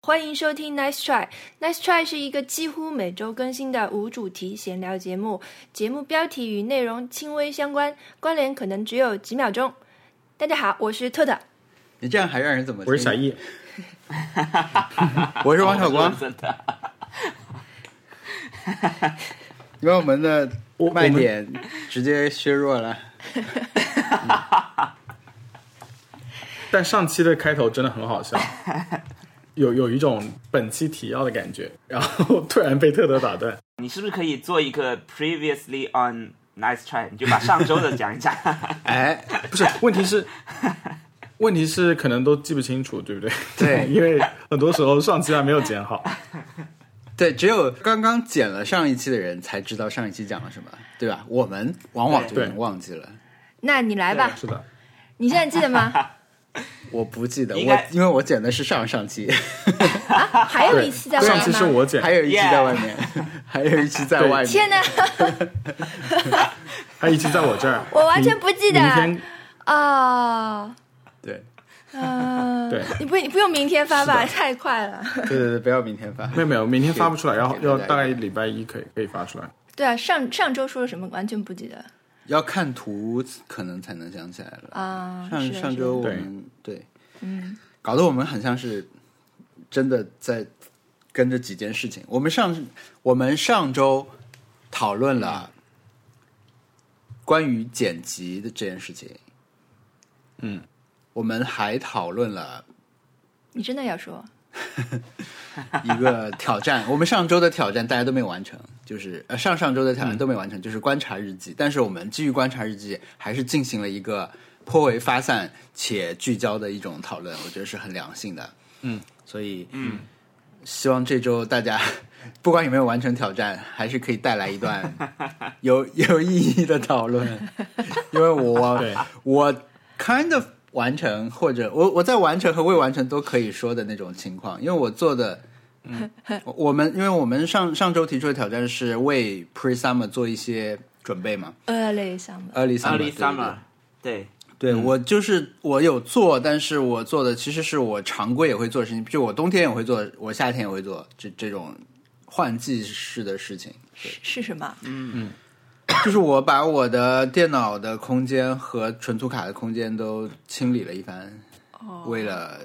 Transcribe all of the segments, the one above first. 欢迎收听 Nice Try。Nice Try 是一个几乎每周更新的无主题闲聊节目，节目标题与内容轻微相关，关联可能只有几秒钟。大家好，我是特特，你这样还让人怎么？我是小，易，我是王小光。哦真的， 你把我们的我卖我们点直接削弱了。但上期的开头真的很好 笑，有有一种本期提要的感觉，然后突然被特特打断。你是不是可以做一个 previously on nice try？你就把上周的讲一讲。哎，不是，问题是，问题是可能都记不清楚，对不对？对 因为很多时候上期还没有剪好。对，只有刚刚剪了上一期的人才知道上一期讲了什么，对吧？我们往往就对能忘记了。那你来吧，是的，你现在记得吗？ 我不记得，应我该因为我剪的是上上期，啊，还有一期在外上面期是吗？ 我剪，还有一期 Yeah 在外面， 还有一期在外面。天哪，还有一期在我这儿。我完全不记得明天 哦，对嗯、对你不你不用明天发吧，是太快了。对对对，不要明天发。没有没有，明天发不出来，然后给要大家大概礼拜一可以可以发出来。对啊，上上周说了什么完全不记得要看图可能才能想起来了。啊。上是的上是的周我对们对，嗯，搞得我们很像是真的在跟着几件事情。我们上我们上周讨论嗯了关于剪辑的这件事情，嗯，我们还讨论了你真的要说一个挑战。我们上周的挑战大家都没有完成，就是呃上上周的挑嗯战都没完成，就是观察日记。但是我们基于观察日记，还是进行了一个颇为发散且聚焦的一种讨论，我觉得是很良性的。嗯，所以嗯，希望这周大家 不管有没有完成挑战，还是可以带来一段有有意义的讨论，因为我对我 kind of 完成或者我我在完成和未完成都可以说的那种情况，因为我做的，嗯，我我们因为我们上上周提出的挑战是为 pre summer 做一些准备嘛 early summer， ，early summer，二对对零对 summer，对，对我就是我有做，但是我做的其实是我常规也会做的事情，就我冬天也会做，我夏天也会做这这种换季式的事情。是是什么？就是我把我的电脑的空间和存储卡的空间都清理了一番，为了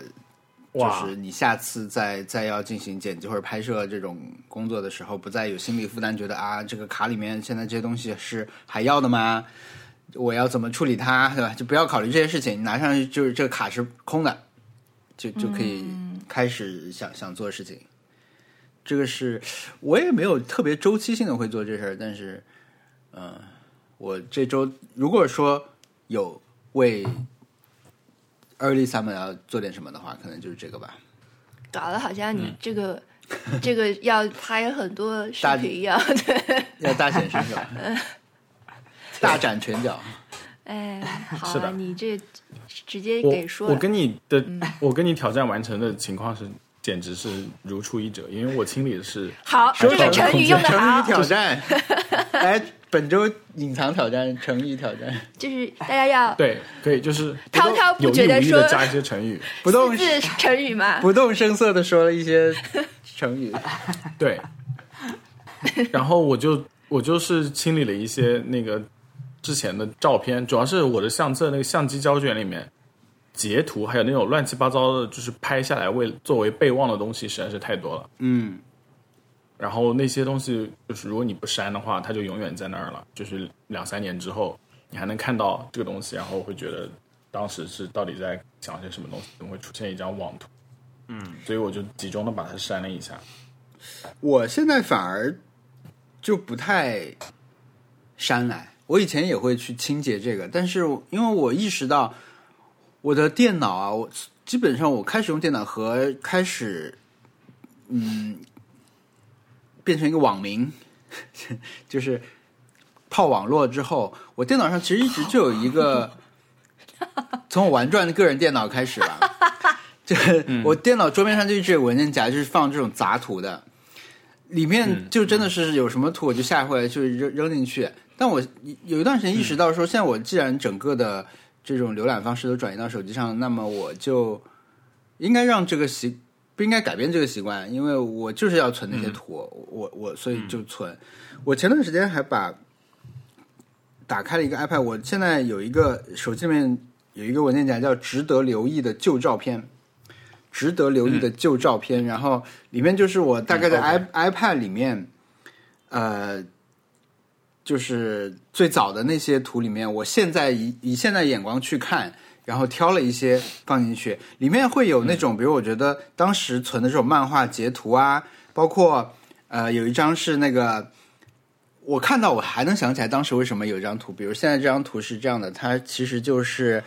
就哇是你下次再再要进行剪辑或者拍摄这种工作的时候，不再有心理负担，觉得啊，这个卡里面现在这些东西是还要的吗？我要怎么处理它，对吧？就不要考虑这些事情，你拿上去就是这个卡是空的，就就可以开始想、想做事情。这个是我也没有特别周期性的会做这事儿，但是，嗯、我这周如果说有为 early summer 要做点什么的话，可能就是这个吧。搞得好像嗯你这个、 这个要拍很多视大频一样。对， 要大显身手，大展拳脚。哎，好是了，的你这直接我给说嗯我了。跟你的、我跟你挑战完成的情况是，简直是如出一辙，因为我清理的是好，这说个到成语用的成语好，挑战，哎，本周隐藏挑战，成语挑战，就是大家要对，可以就是滔滔不绝地有意无意说地加一些成语，不动四字成语嘛。不动声色的说了一些成语。对。然后我就我就是清理了一些那个之前的照片，主要是我的相册那个相机胶卷里面截图，还有那种乱七八糟的，就是拍下来为作为备忘的东西实在是太多了。嗯，然后那些东西就是如果你不删的话，它就永远在那儿了。就是两三年之后，你还能看到这个东西，然后会觉得当时是到底在想些什么东西，怎么会出现一张网图？嗯，所以我就集中的把它删了一下。我现在反而就不太删来，我以前也会去清洁这个，但是因为我意识到我的电脑啊，我基本上我开始用电脑和开始嗯变成一个网民， 就是泡网络之后，我电脑上其实一直就有一个从我玩转的个人电脑开始吧。就是我电脑桌面上就一直有文件夹，就是放这种杂图的，里面就真的是有什么图我就下回来就扔扔进去。但我有一段时间意识到说，现在我既然整个的这种浏览方式都转移到手机上，那么我就应该让这个习不应该改变这个习惯，因为我就是要存那些图，我我所以就存。我前段时间还把打开了一个 iPad，我现在有一个手机里面有一个文件夹叫“值得留意的旧照片”，值得留意的旧照片，然后里面就是我大概在嗯 i、iPad 里面，呃。就是最早的那些图里面，我现在以以现在眼光去看，然后挑了一些放进去，里面会有那种，比如我觉得当时存的这种漫画截图啊，包括呃有一张是那个，我看到我还能想起来当时为什么有一张图，比如现在这张图是这样的，它其实就是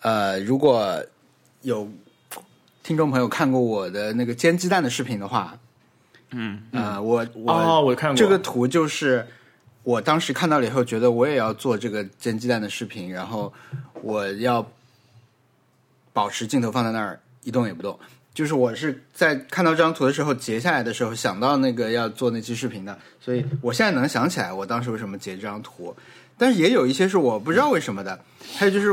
呃如果有听众朋友看过我的那个煎鸡蛋的视频的话，嗯，呃我我、哦，我看过这个图就是我当时看到了以后，觉得我也要做这个煎鸡蛋的视频，然后我要保持镜头放在那儿一动也不动。就是我是在看到这张图的时候截下来的时候，想到那个要做那期视频的，所以我现在能想起来我当时为什么截这张图，但是也有一些是我不知道为什么的。还有就是，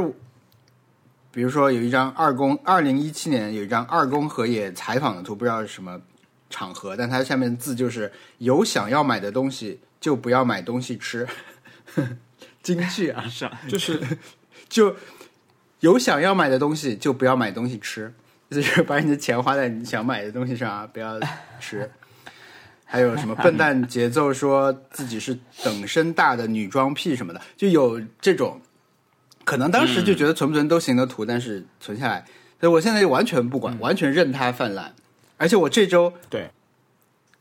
比如说有一张二宫，二零一七年有一张二宫和也采访的图，不知道是什么场合，但它下面字就是有想要买的东西就不要买东西吃， 京剧啊，是啊 就是就有想要买的东西就不要买东西吃，就是 把你的钱花在你想买的东西上啊，不要吃。还有什么笨蛋节奏说自己是等身大的女装癖什么的，就有这种，可能当时就觉得存不存都行的图，但是存下来，所以我现在就完全不管，完全任它泛滥。而且我这周对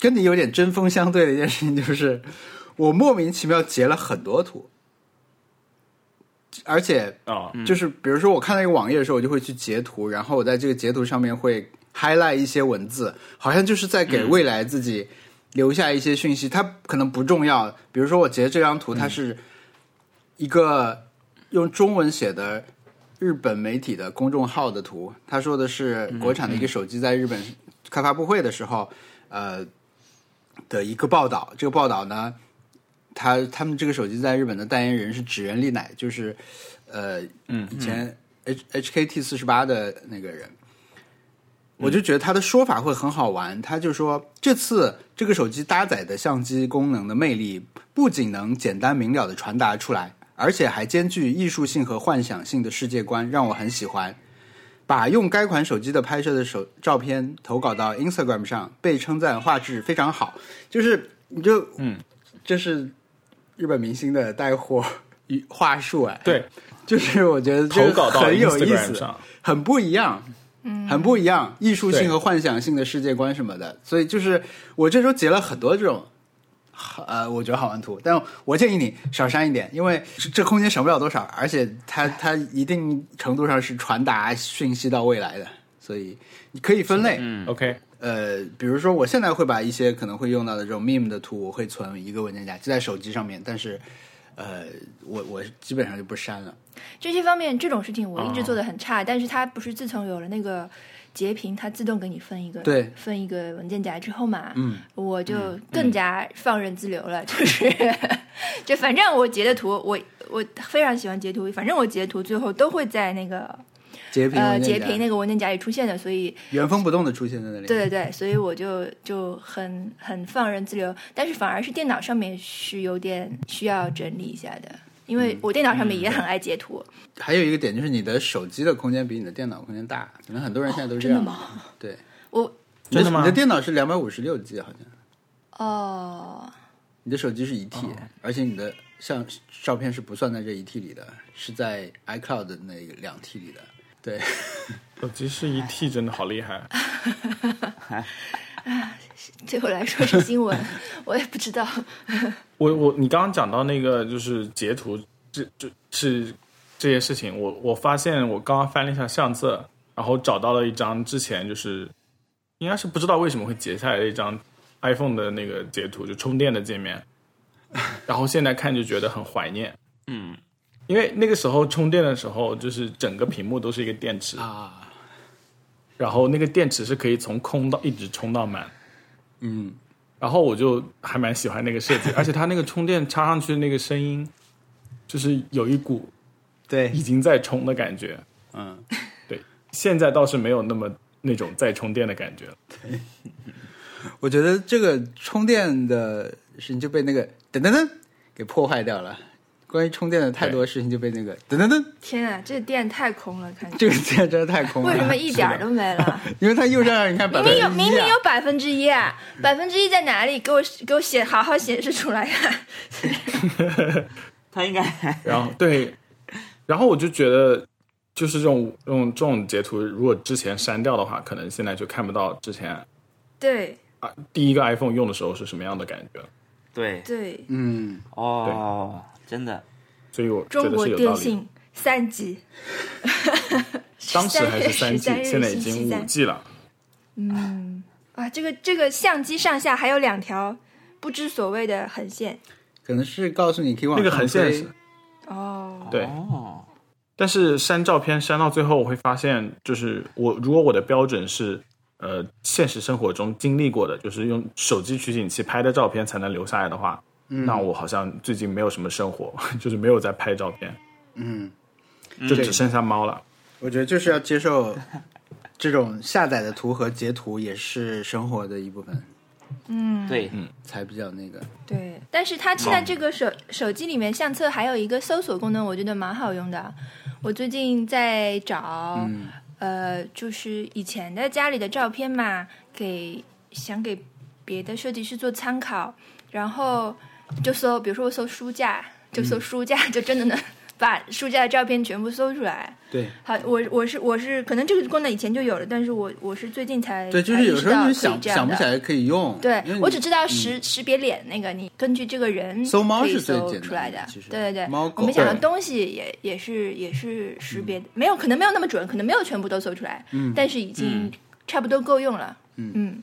跟你有点针锋相对的一件事情就是，我莫名其妙截了很多图，而且啊，就是比如说我看到一个网页的时候，我就会去截图，然后我在这个截图上面会 highlight 一些文字，好像就是在给未来自己留下一些讯息。它可能不重要，比如说我截这张图，它是一个用中文写的日本媒体的公众号的图，他说的是国产的一个手机在日本开发布会的时候，呃的一个报道。这个报道呢，他他们这个手机在日本的代言人是指原丽乃，就是呃，嗯，以前 H H K T 四十八的那个人。我就觉得他的说法会很好玩，他就说这次这个手机搭载的相机功能的魅力，不仅能简单明了的传达出来，而且还兼具艺术性和幻想性的世界观，让我很喜欢。把用该款手机的拍摄的手照片投稿到 Instagram 上，被称赞画质非常好，就是你就嗯，这是日本明星的带货与话术哎，对，就是我觉得这投个稿到很有意 Instagram 思，上，很不一样，嗯，很不一样，艺术性对和幻想性的世界观什么的。所以就是我这周截了很多这种，呃，我觉得好玩图，但我建议你少删一点，因为这这空间省不了多少，而且它它一定程度上是传达讯息到未来的，所以你可以分类， OK，呃，比如说我现在会把一些可能会用到的这种 meme 的图，我会存一个文件夹，就在手机上面，但是。呃，我我基本上就不删了。这些方面，这种事情我一直做的很哦差，但是它不是自从有了那个截屏，它自动给你分一个对分一个文件夹之后嘛，嗯，我就更加放任自流了， 就是就反正我截的图，我我非常喜欢截图，反正我截图最后都会在那个截屏呃文截件夹，屏那个文件夹里出现的，所以原封不动的出现在那里。对对对，所以我就就很很放任自流，但是反而是电脑上面是有点需要整理一下的，因为我电脑上面也很爱截图，还有一个点就是你的手机的空间比你的电脑空间大，可能很多人现在都是真这啊的样。吗？对，我你的真的吗你的电脑是两百五十六 G 好像，哦，你的手机是一 T，、而且你的像照片是不算在这一 T 里的，是在 iCloud 的那两 T 里的。对，手机是一 T，真的好厉害。对我来说是新闻， 我也不知道。我我你刚刚讲到那个就是截图，这这是这些事情，我我发现我刚刚翻了一下相册，然后找到了一张之前就是应该是不知道为什么会截下来的一张 iPhone 的那个截图，就充电的界面，然后现在看就觉得很怀念，嗯，因为那个时候充电的时候，就是整个屏幕都是一个电池，啊，然后那个电池是可以从空到一直充到满。嗯，然后我就还蛮喜欢那个设计，而且它那个充电插上去的那个声音，就是有一股对已，经在充的感觉。嗯，对，现在倒是没有那么那种再充电的感觉了。我觉得这个充电的事情就被那个噔噔噔给破坏掉了。关于充电的太多事情就被那个噔噔噔，天啊，这店太空了， 感觉这个键真的太空了。为什么一点儿都没 了？因为它右上角你看百明分明之一有啊，明明有百分之一，啊百分之一在哪里？给我给我写好好显示出来啊呀、他应该然后对，然后我就觉得，就是这种这种这种截图，如果之前删掉的话，可能现在就看不到之前 对啊第一个 iPhone 用的时候是什么样的感觉了。对对，嗯，哦，真的所以我觉中得国是有电道理的。信三 G，当时还是三三月 G，日现在星已期经五三 G 了。啊，这个这个相机上下还有两条不知所谓的横线可能是告诉你可以往那上个很现实推，哦，对哦，但是删照片删到最后，我会发现，就是我如果我的标准是，呃，现实生活中经历过的，就是用手机取景器拍的照片才能留下来的话，那我好像最近没有什么生活， 就是没有在拍照片，嗯，就只剩下猫了。我觉得就是要接受这种下载的图和截图也是生活的一部分，嗯，对，才比较那个。对，但是它现在这个手手机里面相册还有一个搜索功能，我觉得蛮好用的。我最近在找，呃，就是以前的家里的照片嘛，给想给别的设计师做参考，然后就搜，比如说我搜书架，就搜书架，就真的能 把书架的照片全部搜出来。对好，我我是我是可能这个功能以前就有了，但是我我是最近才对，就是有时候才你意识到可以想这样想不的起来可以用，对因为，我你嗯只知道识、识别脸那个，你根据这个人搜猫可以是最搜简单出来的的其实。对对对，猫我狗嗯们讲的对东西也也是也是识别的，没有可能没有那么准，可能没有全部都搜出来，但是已嗯经差不多够用了。嗯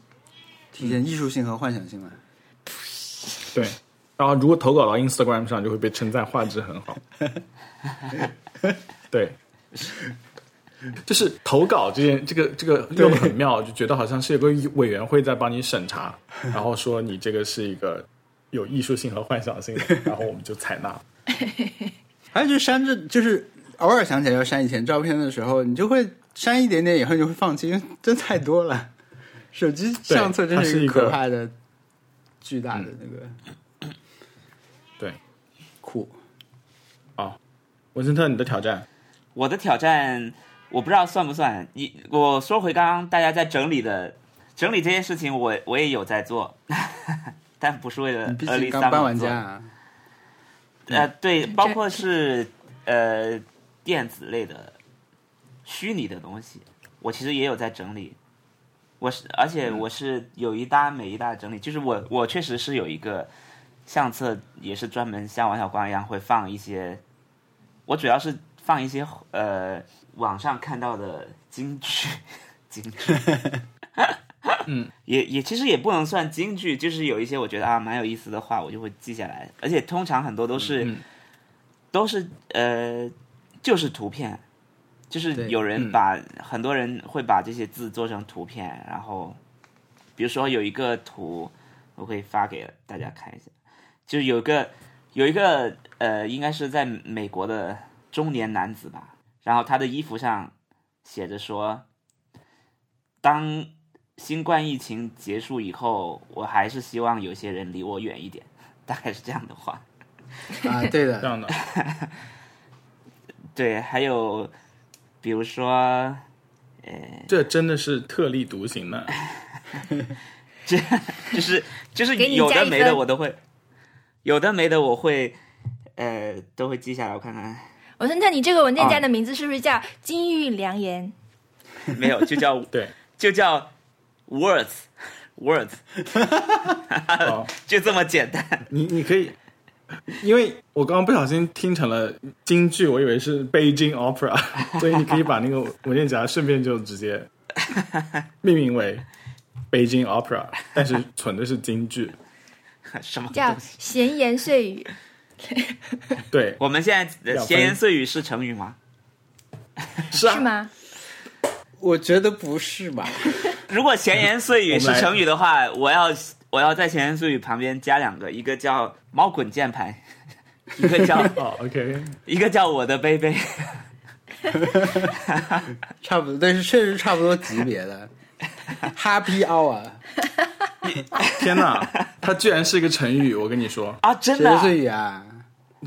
体现艺术性和幻想性嘛。对，然后如果投稿到 Instagram 上，就会被称赞画质很好。对，就是投稿这件这个这个用的很妙，就觉得好像是有个委员会在帮你审查，然后说你这个是一个有艺术性和幻想性的，然后我们就采纳。还有就是删这，就是偶尔想起来要删以前照片的时候，你就会删一点点，以后你就会放弃，因为真太多了。 手机相册真它是一嗯一可个怕的、巨大的那个对，库。文森特，你的挑战我的挑战我不知道算不算。你我说回刚刚大家在整理的整理这件事情我，我也有在做， 但不是为了你毕 early 竟 summer 刚搬完做家、啊，呃，对，包括是呃电子类的虚拟的东西，我其实也有在整理。我是，而且我是有一搭没一搭地整理，就是我我确实是有一个相册，也是专门像王小光一样会放一些，我主要是放一些呃网上看到的金 句，金句。嗯也也其实也不能算京剧，就是有一些我觉得啊蛮有意思的话，我就会记下来，而且通常很多都是、都是呃就是图片，就是对有人把、很多人会把这些字做成图片，然后比如说有一个图，我可以发给大家看一下，就是有一个有一个呃应该是在美国的中年男子吧，然后他的衣服上写着说当。新冠疫情结束以后，我还是希望有些人离我远一点，大概是这样的话。啊，对 这的，样的，对，还有比如说，这真的是特立独行呢。就是就是给你有加的一没分的我都会，有的没的我会，呃，都会记下来，我看看。我说那你这个文件啊夹的名字是不是叫金玉良言？没有，就叫 对，就叫 words words，好。就这么简单。 你你可以，因为我刚刚不小心听成了京剧，我以为是北京 opera，所以你可以把那个文件夹顺便就直接命名为北京 opera，但是存的是京剧。什么啊东叫西？闲言碎语？对，我们现在两分闲言碎语是成语吗？是啊，是吗？我觉得不是 吧？如果闲言碎 语我是们来成语的话，我要我要在闲言碎语旁边加两个，一个叫“ 猫滚键盘”，一个叫 哦，OK，一个叫“我的杯杯差不多，但是确实差不多级别 的 Happy Hour，天哪，它居然是一个成语！我跟你说，啊，真谁的的啊，最远啊？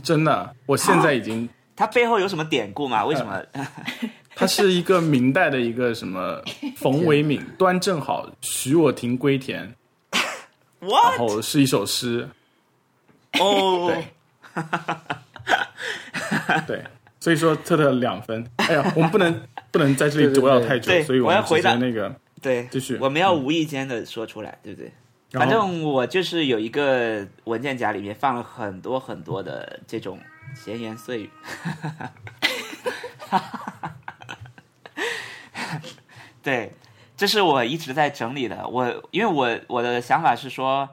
真的，我现在已经，它背后有什么典故吗？为什么？呃它是一个明代的一个什么冯维敏、端正好、许我亭归田，然 What？后是一首诗，哦 对，对，所以说特特两分。哎呀，我们不能 不能在这里对对多聊对太久，对所以我们要直回接答那个，对，继续嗯我们要无意间的说出来，对不对？然后反正我就是有一个文件夹，里面放了很多很多的这种闲言碎语， 对，这是我一直在整理的。我因为我我的想法是说，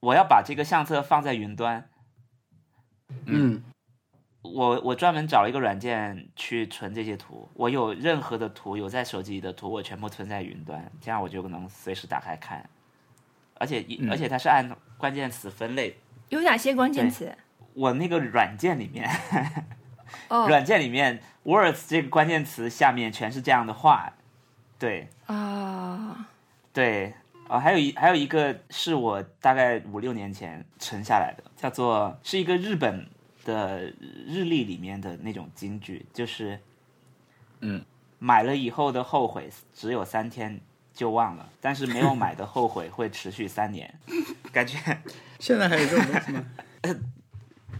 我要把这个相册放在云端，嗯，我我专门找了一个软件去存这些图，我有任何的图有在手机里的图，我全部存在云端，这样我就能随时打开看。而且一、嗯而且它是按关键词分类，有哪些关键词？我那个软件里面， 哦软件里面 words 这个关键词下面全是这样的话，对啊，对，哦，还有一还有一个是我大概五六年前存下来的，叫做是一个日本的日历里面的那种金句，就是嗯，买了以后的后悔只有三天就忘了，但是没有买的后悔会持续三年，感觉现在还有这种东西吗？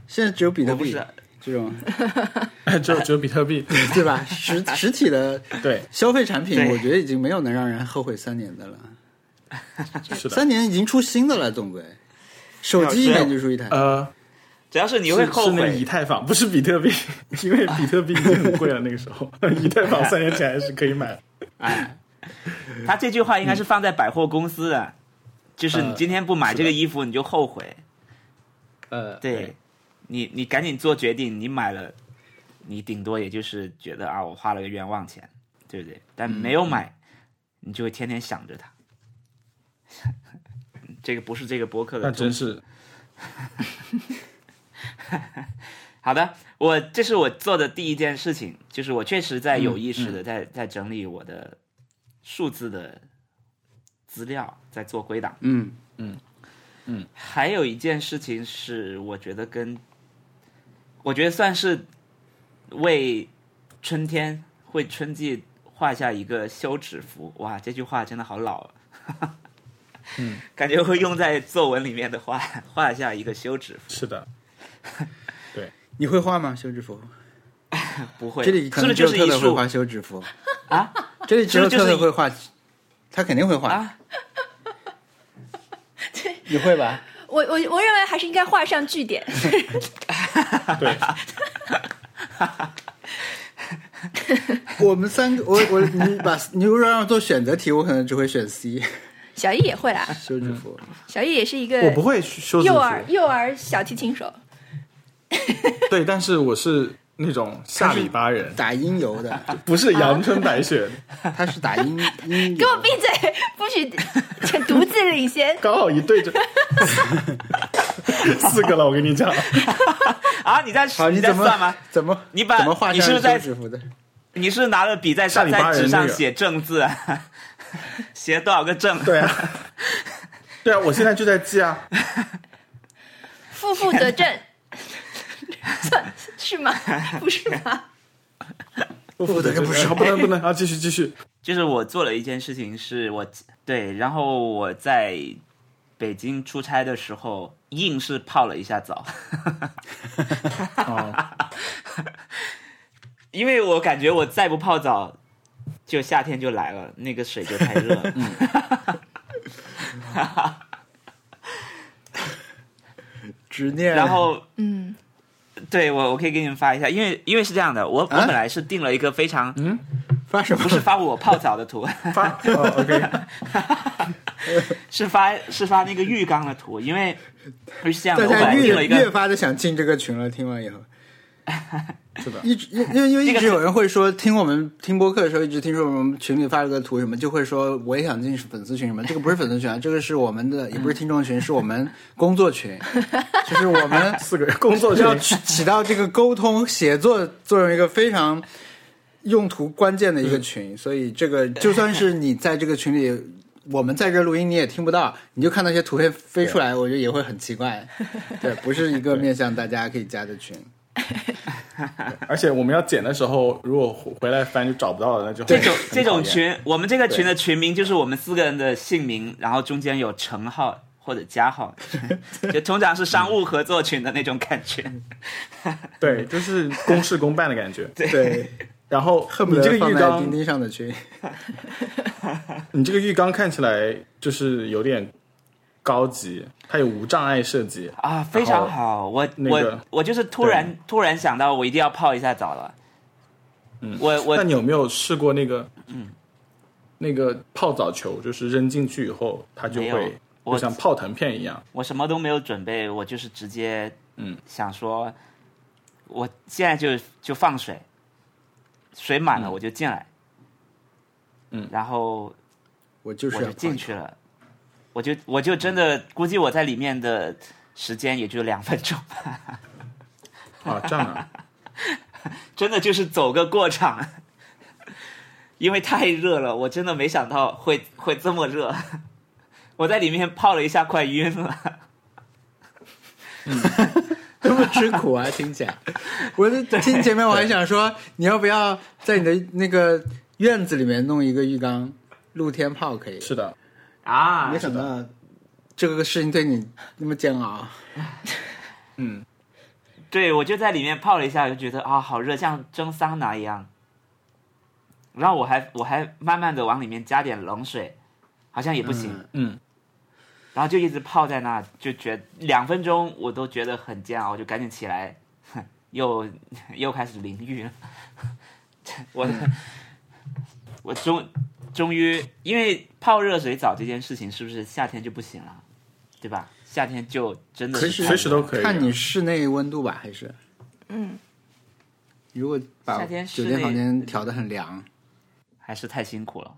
现在只有比特呃我不币是这种， 只有只有比特币，对吧？ 实实体的对，消费产品，对我觉得已经没有能让人后悔三年的了。是的，三年已经出新的了，总归手机一年就出一台。呃，只要是你会是后是那个悔以，太坊，不是比特币， 因为比特币已经很贵了，那个时候 以太坊三年前还是可以买 的。哎他这句话应该是放在百货公司的，就是你呃今天不嗯买是这的个衣服你就后悔，呃，对，你你赶紧做决定，你买了，你顶多也就是觉得啊，我花了个冤枉钱，对不对？嗯但没有买，你就会天天想着它。 这个不是这个博客的那真重点。是好的，我这是我做的第一件事情，就是我确实在有嗯意识的在、在整理我的数字的资料，在做归档。嗯，还有一件事情是，我觉得跟我觉得算是为春天、为春季画下一个休止符。哇，这句话真的好老啊！嗯， 感觉会用在作文里面的话，画下一个休止符。是的，你会画吗？休止符？不会，这里可是不能只是有就是特一特会束画休止符啊？这里只有特是不是特就是会画，他肯定会画。啊你会吧？我我我认为还是应该画上句点。对， 我们三个，我我你把你如果让我做选择题，我可能只会选 C 嗯小易也会啦，休止符。小易也是一个我不会休止幼符，儿幼儿小提琴手。对，但是我是那种下里巴 人，打音游的，啊不是阳春白雪，他是打 音音给我游。闭嘴，不 许独自领先。刚好一 对着四个了，我跟你讲，啊！你在好，你在怎么算吗？怎么你把怎么画你是不上是在休止符的？你是拿着笔在下上里巴在人纸上那个写正字 啊？写多少个正？对啊，对啊，我现在就在记啊，负负得 正，算是吗？不是 吧？不不对，不是，不能不能，啊，继续继续，就是我做了一件事情，是我对，然后我在北京出差的时候，硬是泡了一下澡，哦啊， 因为我感觉我再不泡澡，就夏天就来了，那个水就太热了。嗯执念。然后，嗯，对我我可以给你们发一下，因为因为是这样的，我我啊嗯本来是定了一个非常发什么？不是发我泡澡的图，发哦，OK，是发是发那个浴缸的图，因为是这样的， 大我本家来定越了一越个 发的想进这个群了。听完以后，是的，一直因因为因为这一个直是有人会说，听我们听播客的时候，一直听说我们群里发了个图什么，就会说我也想进粉丝群什么。这个不是粉丝群啊，这个是我们的，也不是听众群，是我们工作群，就是我们 四个人工作要群，去起到这个沟通协作作用一个非常用途关键的一个群，所以这个就算是你在这个群里，我们在这录音你也听不到，你就看那些图片飞出来，我觉得也会很奇怪。对，不是一个面向大家可以加的群。 而且我们要剪的时候，如果回回来翻就找不到了，那就这很种很这讨种厌群，我们这个群的群名就是我们四个人的姓名，然后中间有乘号或者加 号，就通常是商务合作群的那种感觉。嗯对，就是公事公办的感觉。对，然后恨不你得这个放浴在钉缸，钉上的群。你这个浴缸看起来就是有点高级，它有无障碍设计，啊，非常好，我、那我个我就是突然突然想到，我一定要泡一下澡了。嗯，我那我你有没有试过那个，嗯，那个泡澡球，就是扔进去以后，它就没有会我就像泡腾片一样，我什么都没有准备，我就是直接嗯想说，我现在就就放水，水满了嗯我就进来，嗯然后我就是我要就 进放去了，我就我就真的估计我在里面的时间也就两分钟 吧，啊，这样啊，真的就是走个过场，因为太热了，我真的没想到会会这么热， 我在里面泡了一下，快晕了。这么吃苦啊，听起来。我就听前面我还想说，你要不要在你的那个院子里面弄一个浴缸，露天泡可以？是的，啊没，想到这个事情对你那么煎熬。 嗯，对，我就在里面泡了一下，就觉得啊，好热，像蒸桑拿一样。然后我还我还慢慢的往里面加点冷水，好像也不行，嗯嗯，然后就一直泡在那，就觉两分钟我都觉得很煎熬，就赶紧起来， 哼又又开始淋浴了。 我、我终终于因为泡热水澡这件事情，是不是夏天就不行了，对吧？夏天就真的可是是随时都可以啊看你室内温度吧，还是嗯，如果把夏天室酒内店房间调得很凉，还是太辛苦了。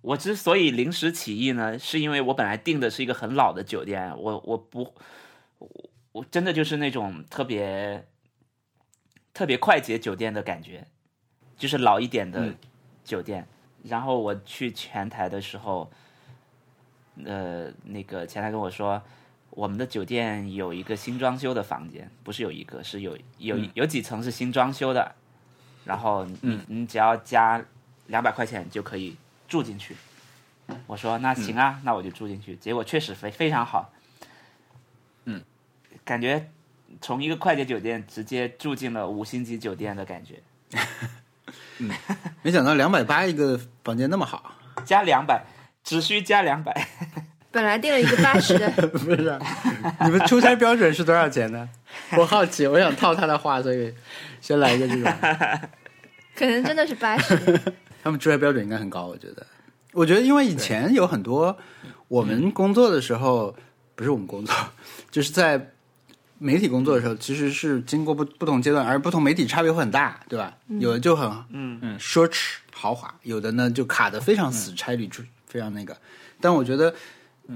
我之所以临时起意呢，是因为我本来订的是一个很老的酒店，我我不，我我真的就是那种特别特别快捷酒店的感觉，就是老一点的嗯酒店。然后我去前台的时候，呃，那个前台跟我说，我们的酒店有一个新装修的房间，不是有一个，是有有有几层是新装修的，然后你、你只要加两百块钱就可以住进去。我说那行啊，那我就住进去。结果确实非非常好，嗯，感觉从一个快捷酒店直接住进了五星级酒店的感觉，没想到两百八一个房间那么好，加两百，只需加两百，本来定了一个八十的，不是啊、 你们出差标准是多少钱呢？我好奇，我想套他的话，所以先来一个这种。可能真的是八十。 他们出差标准应该很高，我觉得。我觉得，因为以前有很多我们工作的时候，不是我们工作， 就是在媒体工作的时候，其实是经过不不同阶段，而不同媒体差别会很大，对吧？有的就很嗯嗯奢侈豪华，有的呢就卡的非常死，差旅就非常那个。但我觉得，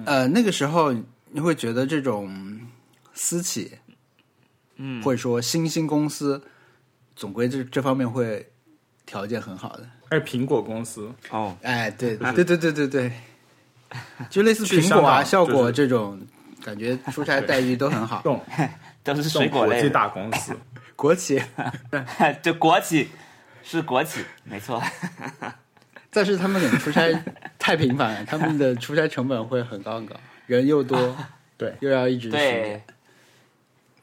呃，那个时候你会觉得这种私企，嗯，或者说新兴公司，总归这这方面会条件很好的。还有苹果公司，哦，哎，对对对对对对，就类似苹果啊、去香港效果就是这种，感觉出差待遇都很好 这。 种都是这水种果国类际的，大公 司，国企，就国企是国企，没错，但是他们可能出 差太频繁，他们的出差成本会很高很高，人又多，对又要一直对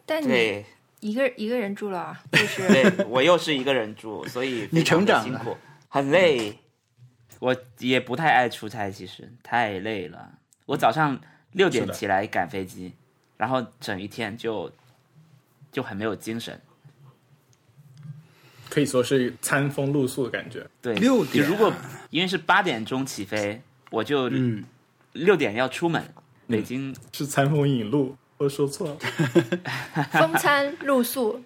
但你对一个一个人住了啊，就是对，我又是一个 人住，所以你非成常地长辛了嗯苦，很累。我也不太爱出差，其实太累了。我早嗯上六点是的起来赶飞机，然后整一天就就很没有精神。可以说是餐风露宿的感觉。对，六就点啊如果因为是八点钟起飞，我就嗯，六点要出门。北京是餐风引路，我说错了。风餐露宿，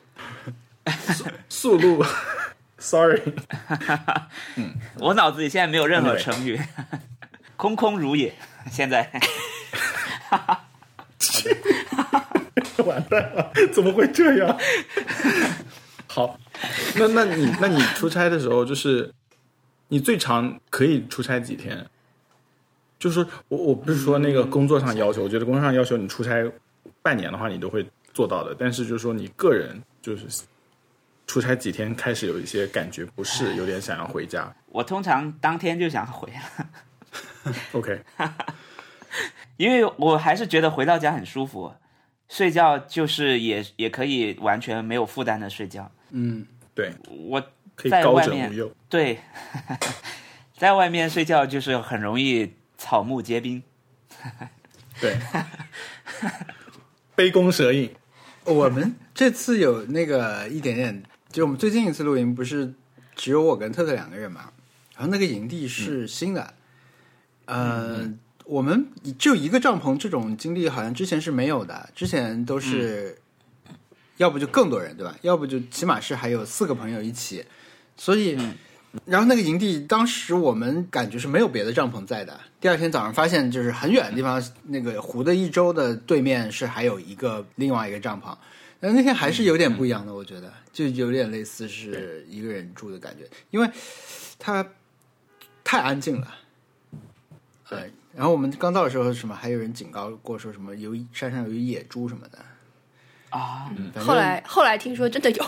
速录 ，sorry，我脑子里现在没有任何成语， 空空如也。现在完蛋了，怎么会这样？ 好，那那你那你出差的时候，就是你最长可以出差几天？就是我我不是说那个工作上要求，我觉得工作上要求你出差半年的话，你都会做到的。但是就是说你个人就是出差几天，开始有一些感觉不适，有点想要回家。我通常当天就想回了， OK，因为我还是觉得回到家很舒服，睡觉就是也也可以完全没有负担的睡觉。嗯，对，我可以在高外枕面无忧。对， 在外面睡觉就是很容易草木皆兵。对，杯弓蛇影。我们这次有那个一点点，就我们最近一次露营不是只有我跟特特两个人嘛，然后那个营地是新的，呃，我们就一个帐篷这种经历好像之前是没有的，之前都是、要不就更多人对吧？要不就起码是还有四个朋友一起，所以。然后那个营地，当时我们感觉是没有别的帐篷在的。第二天早上发现，就是很远的地方，那个湖的一周的对面是还有一个另外一个帐篷。但那天还是有点不一样的，我觉得就有点类似是一个人住的感觉，因为它太安静了。呃，然后我们刚到的时候，什么还有人警告过说什么有山上有野猪什么的。嗯啊，反正后来后来听说真的有，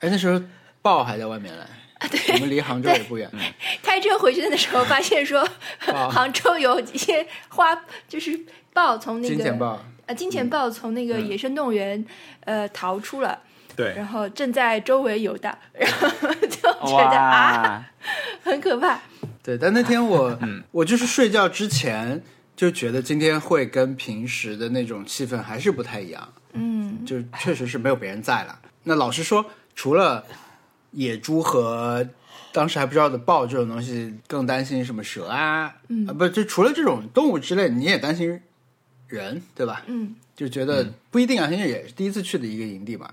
哎，那时候豹还在外面嘞，啊我们离杭州也不远。嗯开车回去的时候发现说，哦豹杭州有一些花，就是豹从那金钱个豹，啊金钱豹从那个野生动物园呃逃出了，嗯对， 然后正在周围游荡，然后就觉得啊哇，很可怕。对，但那天我我就是睡觉之前就觉得今天会跟平时的那种气氛还是不太一样，嗯，就确实是没有别人在了。那老实说，除了野猪和当时还不知道的豹这种东西，更担心什么蛇啊，嗯、啊不，就除了这种动物之类，你也担心人，对吧？嗯，就觉得不一定啊，因为也是第一次去的一个营地嘛。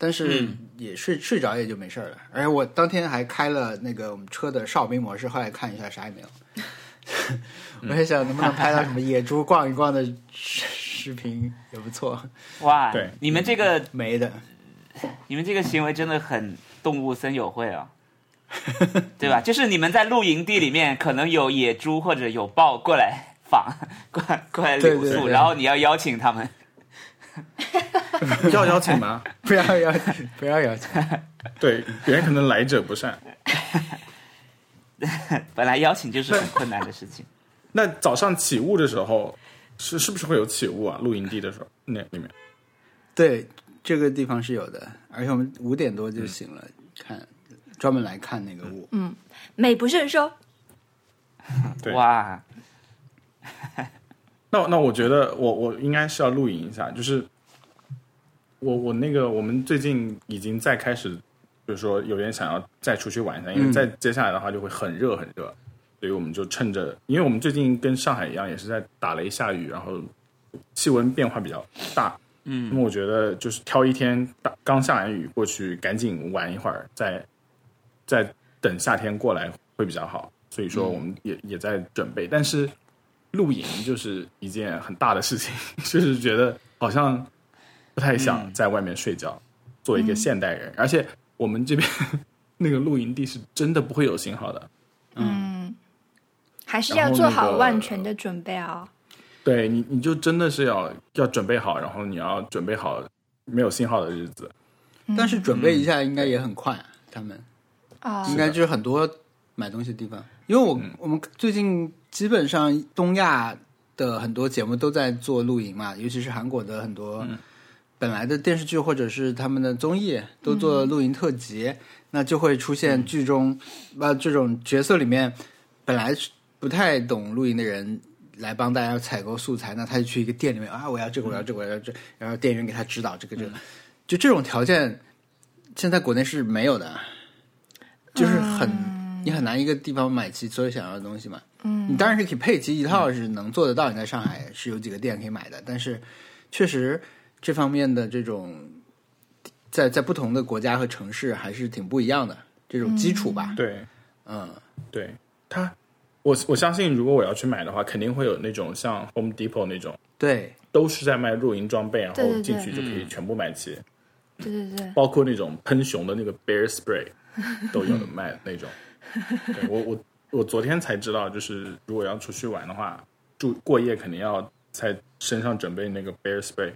但是也睡、睡着也就没事儿了，而且我当天还开了那个我们车的哨兵模式，后来看一下啥也 没有。我在想能不能拍到什么野猪逛一逛的视视频也不错， 哇，对你们这个没 的。你们这个行为真的很动物森友 会啊、对吧？就是你们在露营地里面，可能有野猪或者有豹过来访， 过来过来留宿，对对对然后你要邀请他们。要邀请吗？不要邀请，不要邀请。对，别人可能来者不善。本来邀请就是很困难的事情。那早上起雾的时候，是是不是会有起雾啊？露营地的时候，那里面 对，这个地方是有的，而且我们五点多就醒了，看专门来看那个嗯雾。美不胜收。对哇，那那我觉得我我应该是要露营一下，就是我我那个我们最近已经在开始，就是说有点想要再出去玩一下，因为再接下来的话就会很热很热，所以我们就趁着，因为我们最近跟上海一样也是在打雷下雨，然后气温变化比较大，嗯，那么我觉得就是挑一天打刚下完雨过去，赶紧玩一会儿，再再等夏天过来会比较好。所以说我们也、也在准备，但是露营就是一件很大的事情， 就是觉得好像不太嗯想在外面睡觉，作为一个现代人，而且我们这边 那个露营地是真的不会有信号的，嗯，还是然要后做那好个万全的准备啊、对你，你就真的是要要准备好，然后你要准备好没有信号的日子。但是准备一下应该也很快啊，他们啊、应该就是很多买东西的地方，因为我、我们最近基本上东亚的很多节目都在做露营嘛，尤其是韩国的很多本来的电视剧或者是他们的综艺都做露营特辑，那就会出现剧中呃这种角色里面本来是不太懂露营的人。来帮大家采购素材，那他就去一个店里面啊，我要这个，我要这个，我要这，然后店员给他指导这个这个，就这种条件，现在国内是没有的。就是很、你很难一个地方买齐所有想要的东西嘛。嗯，你当然是可以配齐一套是能做得到，你在上海是有几个店可以买的，但是确实这方面的这种在在不同的国家和城市还是挺不一样的这种基础吧。对嗯对，它我我相信，如果我要去买的话，肯定会有那种像 Home Depot 那种， 对，都是在卖露营装备，然对后对进对去就可以全部买齐，对对对，包括那种喷熊的那个 Bear Spray 都有的卖那种。对我我我昨天才知道，就是如果要出去玩的话，住过夜肯定要在身上准备那个 Bear Spray，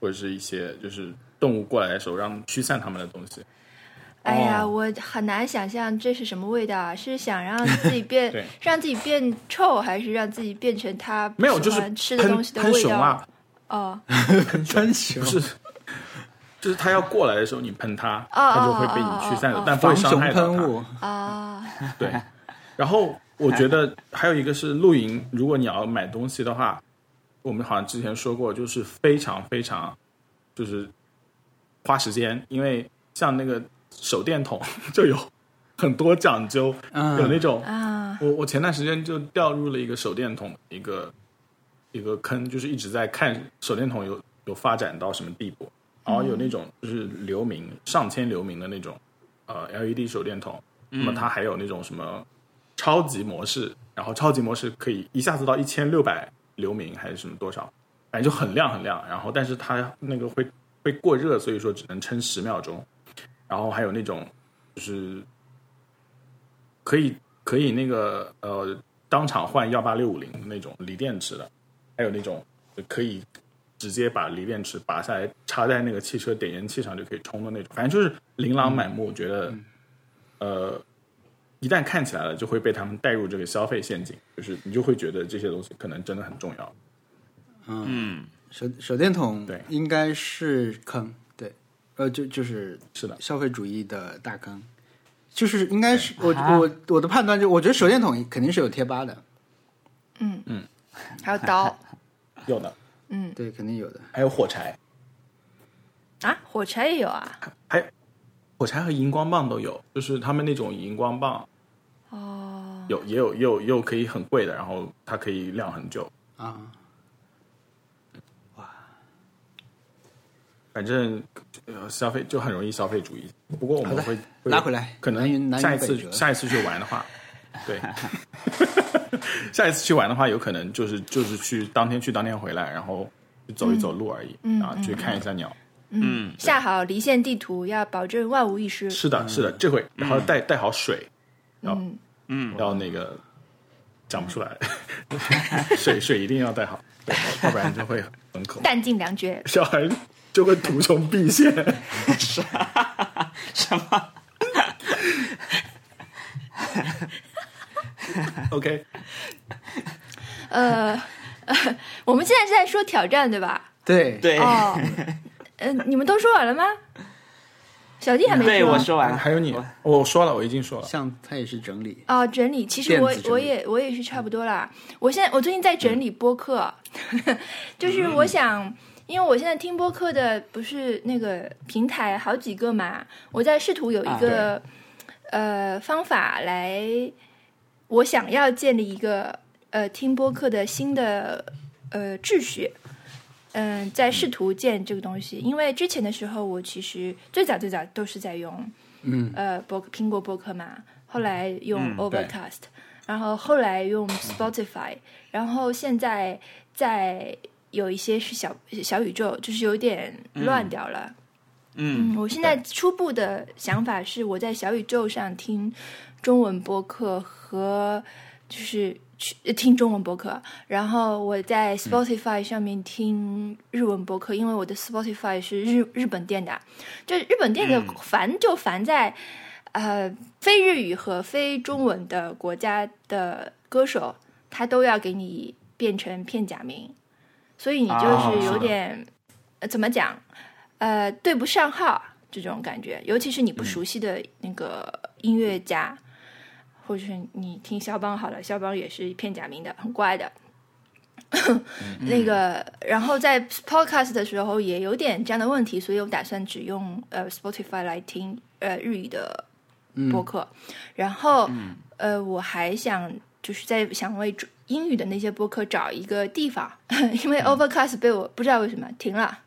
或者是一些就是动物过来的时候让驱散它们的东西。哎呀，哦我很难想象这是什么味道啊！是想让自己 对变让自己变臭，还是让自己变成他不没有，喜就是欢吃的喷东西的喷味熊道？啊，哦，真行不是， 就是它要过来的时候你喷它，哦它就会被你驱散哦哦的哦，但不会防伤熊害到它喷。雾，啊，对， 然后我觉得还有一个是露营，如果你要买东西的话，我们好像之前说过，就是非常非常就是花时间，因为像那个手电筒 就有很多讲究，嗯有那种啊我我前段时间就掉入了一个手电筒的一个一个坑，就是一直在看手电筒有有发展到什么地步，然后有那种就是流明上千流明的那种呃 LED 手电筒，那么它还有那种什么超级模式，然后超级模式可以一下子到一千六百流明还是什么多少，反正就很亮很亮，然后但是它那个会会过热，所以说只能撑十秒钟，然后还有那种就是可以可以那个呃当场换幺八六五零的那种锂电池的，还有那种可以直接把锂电池拔下来插在那个汽车点烟器上就可以充的那种，反正就是琳琅满目。我觉得呃，一旦看起来了，就会被他们带入这个消费陷阱，就是你就会觉得这些东西可能真的很重要。嗯，手手电筒对应该是坑，对，呃，就就是是的，消费主义的大坑，就是应该是我啊我我的判断就我觉得手电筒肯定是有贴吧的，嗯嗯，还有 刀有的，嗯对，肯定有的。还有火柴，啊，火柴也有啊，火柴和荧光棒都有，就是他们那种荧光棒哦，有也有也有也有可以很贵的，然后它可以亮很久。啊，反正呃，消费就很容易消费主义。不过我们好的会拉回来可南云南能云下一北次辙下一次去玩 的话，对，下一次去玩的话，有可能就是就是去当天去当天回来，然后去走一走路而已，嗯啊，去看一下鸟。嗯，下好离线地图，要保证万无一失。是的，是的，这会嗯然后带带好水，要嗯要那个讲不出 来，水水一定要带好，对要不然就会很渴，弹尽粮绝，小孩就会图 穷匕见。啊什么？ OK，呃，我们现在是在说挑战对吧？对，对，哦，嗯，你们都说完了吗？小弟还没 对说。我说 完了，还有你我，我说了，我已经说了。像他也是整理，哦，整理，其实我电子整理我也我也是差不多啦。我现在我最近在整理播客， 就是我想，因为我现在听播客的不是那个平台好几个嘛，我在试图有一个、啊呃方法来，我想要建立一个呃听播客的新的呃秩序。嗯、在试图建这个东西，因为之前的时候，我其实最早最早都是在用嗯，呃播苹果播客嘛，后来用嗯对 Overcast，、然后后来用 Spotify，然后现在在有一些是小小宇宙，就是有点乱掉了。嗯嗯，我现在初步的想法是，我在小宇宙上听中文播客和就是去听中文播客，然后我在 Spotify 上面听日文播客，因为我的 Spotify 是日日本店的，就日本店的烦就烦在。呃，非日语和非中文的国家的歌手，他都要给你变成片假名，所以你啊就是是有的点、呃怎么讲，呃，对不上号这种感嗯觉，尤其是你不熟悉的那个音乐家，或者是你听肖邦好了，肖邦也是片假名的，很怪的。嗯 那个，然后在 podcast 的时候也有点这样的问题，所以我打算只用呃 Spotify 来听呃日语的播客，然后、呃我还想就是在想为中 英语的那些播客找一个地方，因为 Overcast 被我不知道为什么停了，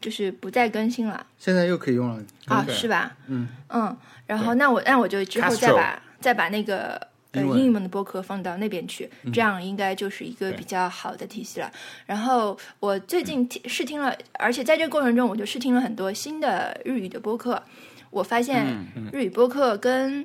就是不再更新了现在又可以用了。啊， OK 是吧？嗯嗯，然后那我那我就之后再 Castro 把再把那个呃英文嗯英文的播客放到那边去，这样应该就是一个对比较好的体系了。然后我最嗯近听试听了，而且在这个过程中，我就试听了很多新的日语的播客，我发现嗯日语播客跟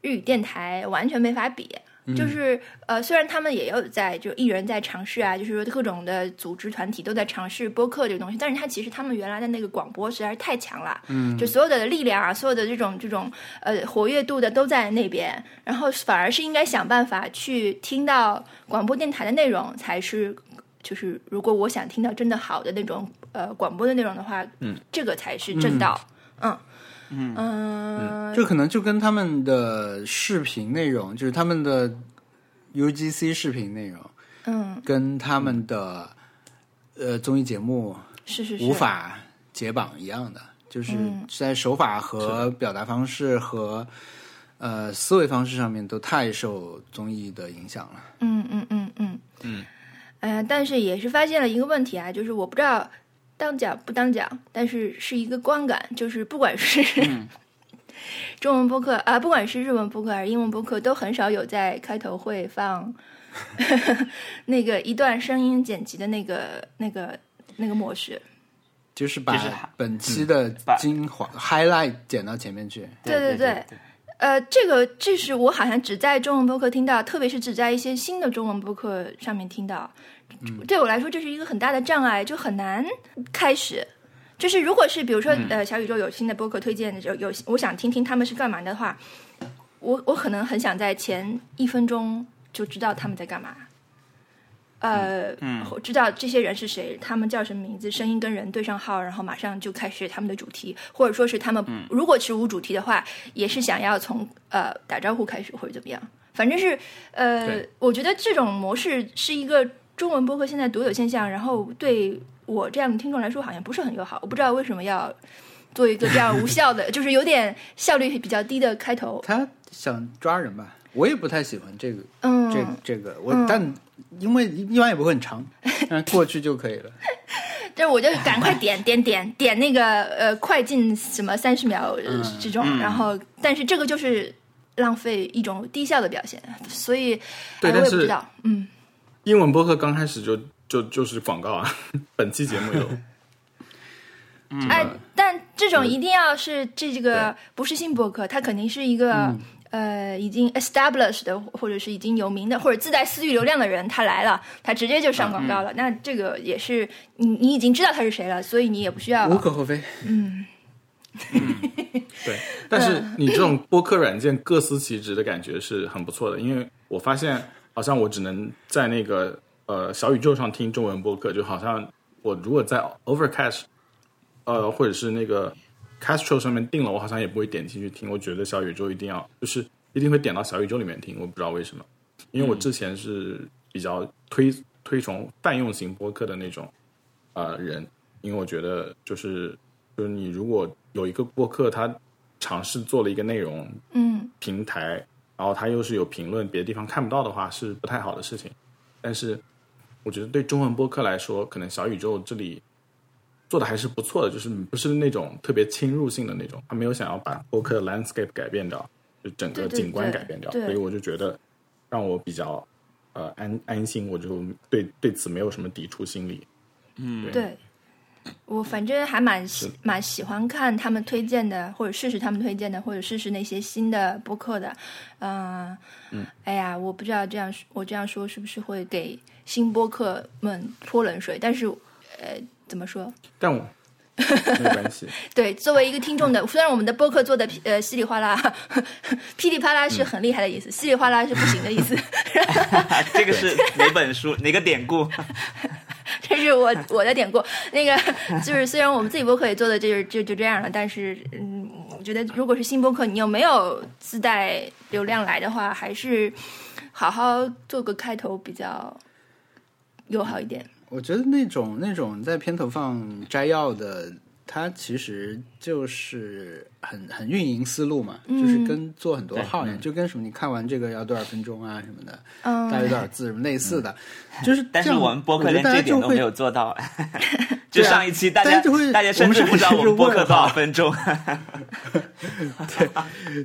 日语电台完全没法比。就是呃，虽然他们也有在，就艺人在尝试啊，就是说各种的组织团体都在尝试播客这个东西，但是它其实他们原来的那个广播实在是太强了，嗯，就所有的力量啊，所有的这种这种呃活跃度的都在那边，然后反而是应该想办法去听到广播电台的内容才是。就是如果我想听到真的好的那种呃广播的内容的话，嗯，这个才是正道，嗯嗯嗯这可能就跟他们的视频内容，就是他们的 UGC 视频内容，嗯，跟他们的、呃综艺节目是是是，无法解绑一样的，就是嗯在手法和表达方式和呃思维方式上面都太受综艺的影响了。嗯嗯嗯嗯嗯，呃，但是也是发现了一个问题啊，就是我不知道当讲不当讲，但是是一个观感，就是不管是、 中文播客啊、不管是日文播客还是英文播客，都很少有在开头会放 那个一段声音剪辑的那个那个那个模式。就是把就是本期的嗯把精华、highlight 剪到前面去，对对对呃，这个这是我好像只在中文播客听到，特别是只在一些新的中文播客上面听到。对我来说，这是一个很大的障碍，就很难开始。就是如果是比如说、呃，小宇宙有新的播客推荐，有有我想听听他们是干嘛的话，我我可能很想在前一分钟就知道他们在干嘛。呃，嗯我知道这些人是谁，他们叫什么名字，声音跟人对上号，然后马上就开始他们的主题，或者说是他们、嗯如果是无主题的话，也是想要从呃打招呼开始或者怎么样，反正是呃对，我觉得这种模式是一个中文播客现在独有现象，然后对我这样的听众来说好像不是很友好，我不知道为什么要做一个这样无效的， 就是有点效率比较低的开头，他想抓人吧？我也不太喜欢这个，嗯，这这个我、但因为一般也不会很 长，嗯，过去就可以了。就是我就赶快点点点点那个呃快进什么三十秒呃这种，然后但是这个就是浪费一种低效的表现，所以哎、对但我也不是知道，嗯，英文播客刚开始就就就是广告啊， 本期节目有哎，但这种一定要是这这个不是新博客，它肯定是一个、呃已经 established 的，或者是已经有名的，或者自带私域流量的人，他来了，他直接就上广告了。那这个也是你你已经知道他是谁了，所以你也不需要无可厚非，对，但是你这种播客软件各司其职的感觉是很不错的，因为我发现好像我只能在那个呃小宇宙上听中文播客，就好像我如果在 Overcast 呃或者是那个 Castro 上面订了，我好像也不会点进去听。我觉得小宇宙一定要就是一定会点到小宇宙里面听，我不知道为什么，因为我之前是比较推推崇泛用型播客的那种呃人，因为我觉得就是就是你如果有一个播客，他尝试做了一个内容嗯平台，然后他又是有评论，别的地方看不到的话是不太好的事情。但是我觉得对中文播客来说，可能小宇宙这里做的还是不错的，就是不是那种特别侵入性的那种，他没有想要把播客的 landscape 改变掉，就整对个对景观对改变掉，对所以我就觉得让我比较呃安安心，我就对对此没有什么抵触心理。对。我反正还蛮喜是蛮喜欢看他们推荐的，或者试试他们推荐的，或者试试那些新的播客的，嗯，哎呀，我不知道这样说我这样说是不是会给新播客们泼冷水，但是呃，怎么说？但我没有关系，对，作为一个听众 的，虽然我们的播客做的呃稀里哗啦、 噼里啪啦是很厉害的意思，稀里哗啦是不行的意 思。 啊， 这个是哪本书？哪个典故？这是我我的典故。那个就是，虽然我们自己播客也做的就是就就这样了，但是嗯，我觉得如果是新播客，你又没有自带流量来的话，还是好好做个开头比较友好一点。我觉得那种那种在片头放摘要的，它其实就是很很运营思路嘛，就是跟做很多号一样，嗯就跟什么你看完这个要多少分钟啊什么的，嗯大约多少字什么类似的，就是这样。嗯但是我们播客我觉连得大这家点就都没会有做到， 就对啊上一期大大家家就会大家甚至不知道我我们们是播客多少问号分钟，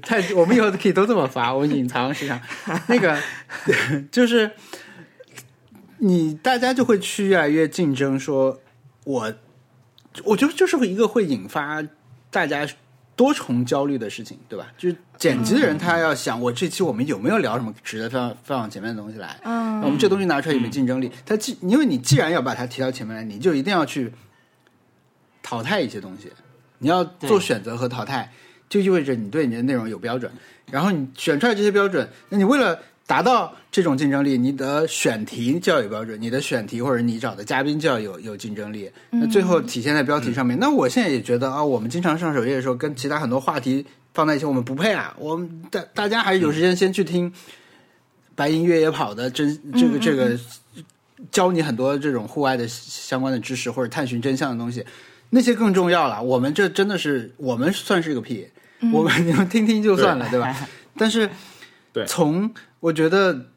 太，我们以后可以都这么发，我们隐藏市场。那个 就是你，大家就会去越来越竞争说我我觉得就是一个会引发大家多重焦虑的事情，对吧？就是剪辑的人他要想，我这期我们有没有聊什么值得放放到前面的东西来？嗯，我们这东西拿出来有没有竞争力？他既因为你既然要把它提到前面来，你就一定要去淘汰一些东西，你要做对选择和淘汰，就意味着你对你的内容有标准，然后你选出来这些标准，那你为了达到这种竞争力，你的选题就要有标准，你的选题或者你找的嘉宾就要有有竞争力，那最后体现在标题上面。那我现在也觉得啊，我们经常上首页的时候，跟其他很多话题放在一起，我们不配啊，我们大大家还是有时间先去听白银越野跑的真这个这个教你很多这种户外的相关的知识或者探寻真相的东西，那些更重要了。我们这真的是我们算是个屁，嗯我们你们听听就算了，对 吧？但是，对从我觉得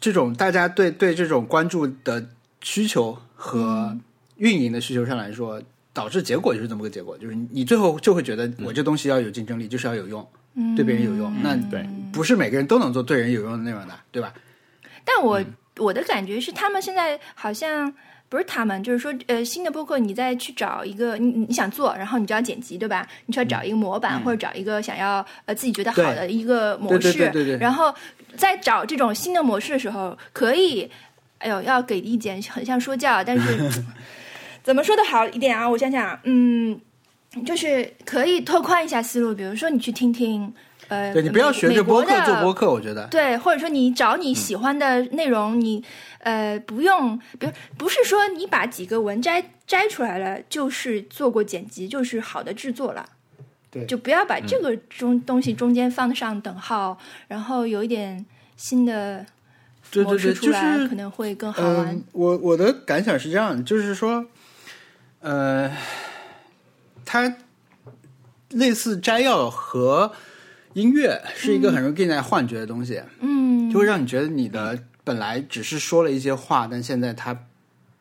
这种大家对对这种关注的需求嗯和运营的需求上来说，导致结果就是这么个结果，就是你最后就会觉得嗯我这东西要有竞争力，就是要有用，嗯对别人有用。那对不是每个人都能做对人有用的内容的，对吧？但我、嗯我的感觉是，他们现在好像不是他们，就是说，呃，新的播客你再去找一个，你你你想做，然后你就要剪辑，对吧？你就嗯要找一个模板，或者找一个想要呃自己觉得好对的一个模对式，对对对对然后呃在找这种新的模式的时候，可以，哎呦，要给意见，很像说教，但 是怎么说的好一点啊？我想想，嗯。就是可以拓宽一下思路，比如说你去听听，呃，对你不要美学着播客美国的做播客，我觉得对，或者说你找你喜欢的内容，你呃不用，比如不是说你把几个文摘摘出来了，就是做过剪辑，就是好的制作了。对嗯就不要把这个中、东西中间放上等号，然后有一点新的对模对式对，出就来，是可能会更好玩。嗯，我我的感想是这样，就是说，呃，它类似摘要和音乐是一个很容易给你带来幻觉的东西，嗯，就会让你觉得你的本来只是说了一些话，但现在它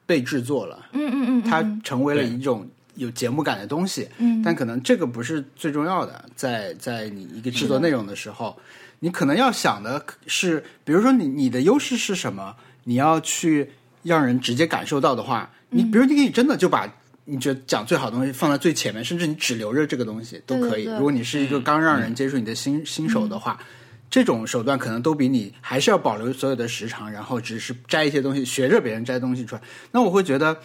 被制作了，嗯嗯嗯，嗯它成为了对一种有节目感的东西。嗯但可能这个不是最重要的，在在你一个制作内容的时候，你可能要想的是，比如说你你的优势是什么，你要去让人直接感受到的话，嗯你比如你可以真的就把。你觉得讲最好的东西放在最前面，甚至你只留着这个东西都可对以。嗯对对如果你是一个刚让人接触你的新、新手的话，这种手段可能都比你还是要保留所有的时长，然后只是摘一些东西，学着别人摘东西出来。那我会觉得，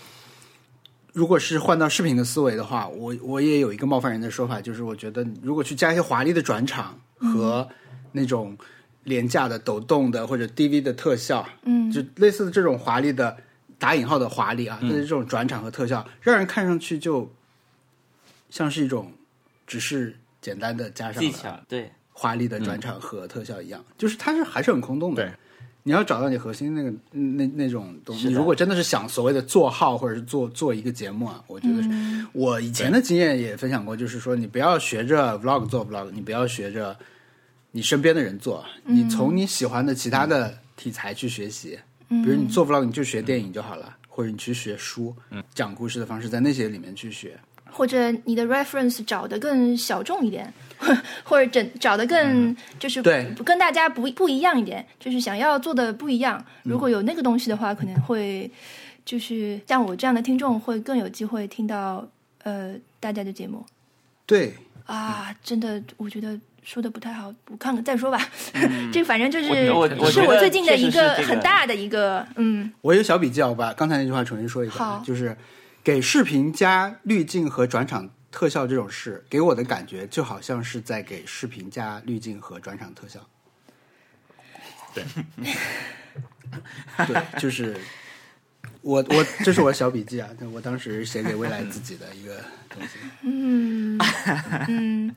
如果是换到视频的思维的话，我我也有一个冒犯人的说法，就是我觉得如果去加一些华丽的转场和那种廉价的抖动的或者 DV 的特效，嗯，就类似的这种华丽的打引号的华丽嗯啊，就是这种转场和特效，让人看上去就像是一种只是简单的加上技了巧对，华丽的转场和特效一样，就是它是还是很空洞的。对，你要找到你核心那个那那种东西。是的你如果真的是想所谓的做号或者是做做一个节目啊，我觉得是、嗯我以前的经验也分享过，就是说你不要学着 vlog 做 vlog，你不要学着你身边的人做，嗯你从你喜欢的其他的题材去学习。嗯比如你做 vlog，你就学电影就好了，或者你去学书，嗯讲故事的方式在那些里面去学。或者你的 reference 找的更小众一点， 或者整找的更、嗯就是对跟大家不不一样一点，就是想要做的不一样。如果有那个东西的话，可能会就是像我这样的听众会更有机会听到呃大家的节目对，嗯啊！真的，我觉得说的不太好，我看看再说吧。这反正就是嗯我我我是觉得我最近的一确实个是这个很大的一个嗯我有小笔记啊，我把刚才那句话重新说一遍啊好，就是给视频加滤镜和转场特效这种事，给我的感觉就好像是在给视频加滤镜和转场特效。对，对，就是我我这是我的小笔记啊，这我当时写给未来自己的一个东西。嗯嗯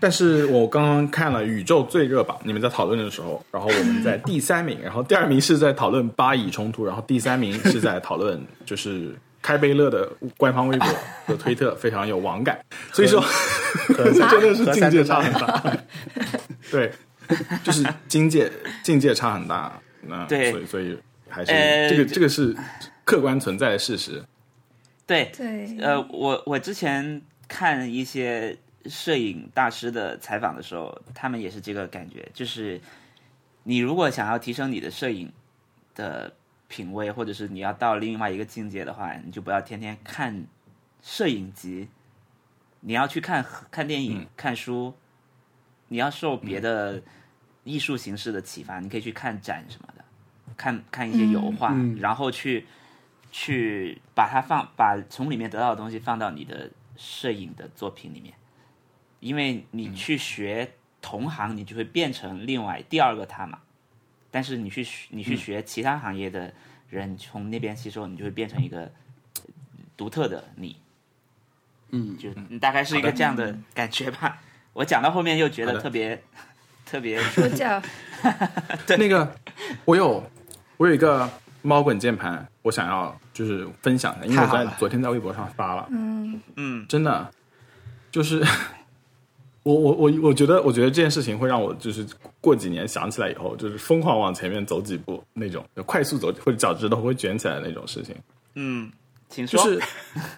但是我刚刚看了宇宙最热榜，你们在讨论的时候，然后我们在第三名，然后第二名是在讨论巴以冲突，然后第三名是在讨论就是开贝勒的官方微博和推特非常有网感，所以说真的是境界差很大，对，就是境界境界差很大，那对所以所以还是呃这个这个是客观存在的事实。对，对，呃，我我之前看一些摄影大师的采访的时候，他们也是这个感觉，就是你如果想要提升你的摄影的品味，或者是你要到另外一个境界的话，你就不要天天看摄影集，你要去看看电影、看书，你要受别的艺术形式的启发，你可以去看展什么的，看看一些油画，然后去。去把它放，把从里面得到的东西放到你的摄影的作品里面，因为你去学同行，你就会变成另外第二个他嘛。但是你去学你去嗯学其他行业的人，从那边吸收，你就会变成一个呃独特的你。嗯，就大概是一个这样的感觉吧。我讲到后面又觉好得的特别特 别说教， 那个，我有我有一个猫滚键盘，我想要就是分享一下，因为太我好在了昨天在微博上发了，嗯，真的就是我我我我觉得我觉得这件事情会让我就是过几年想起来以后，就是疯狂往前面走几步那种，就快速走或者脚趾头会卷起来的那种事情。嗯，请说。就是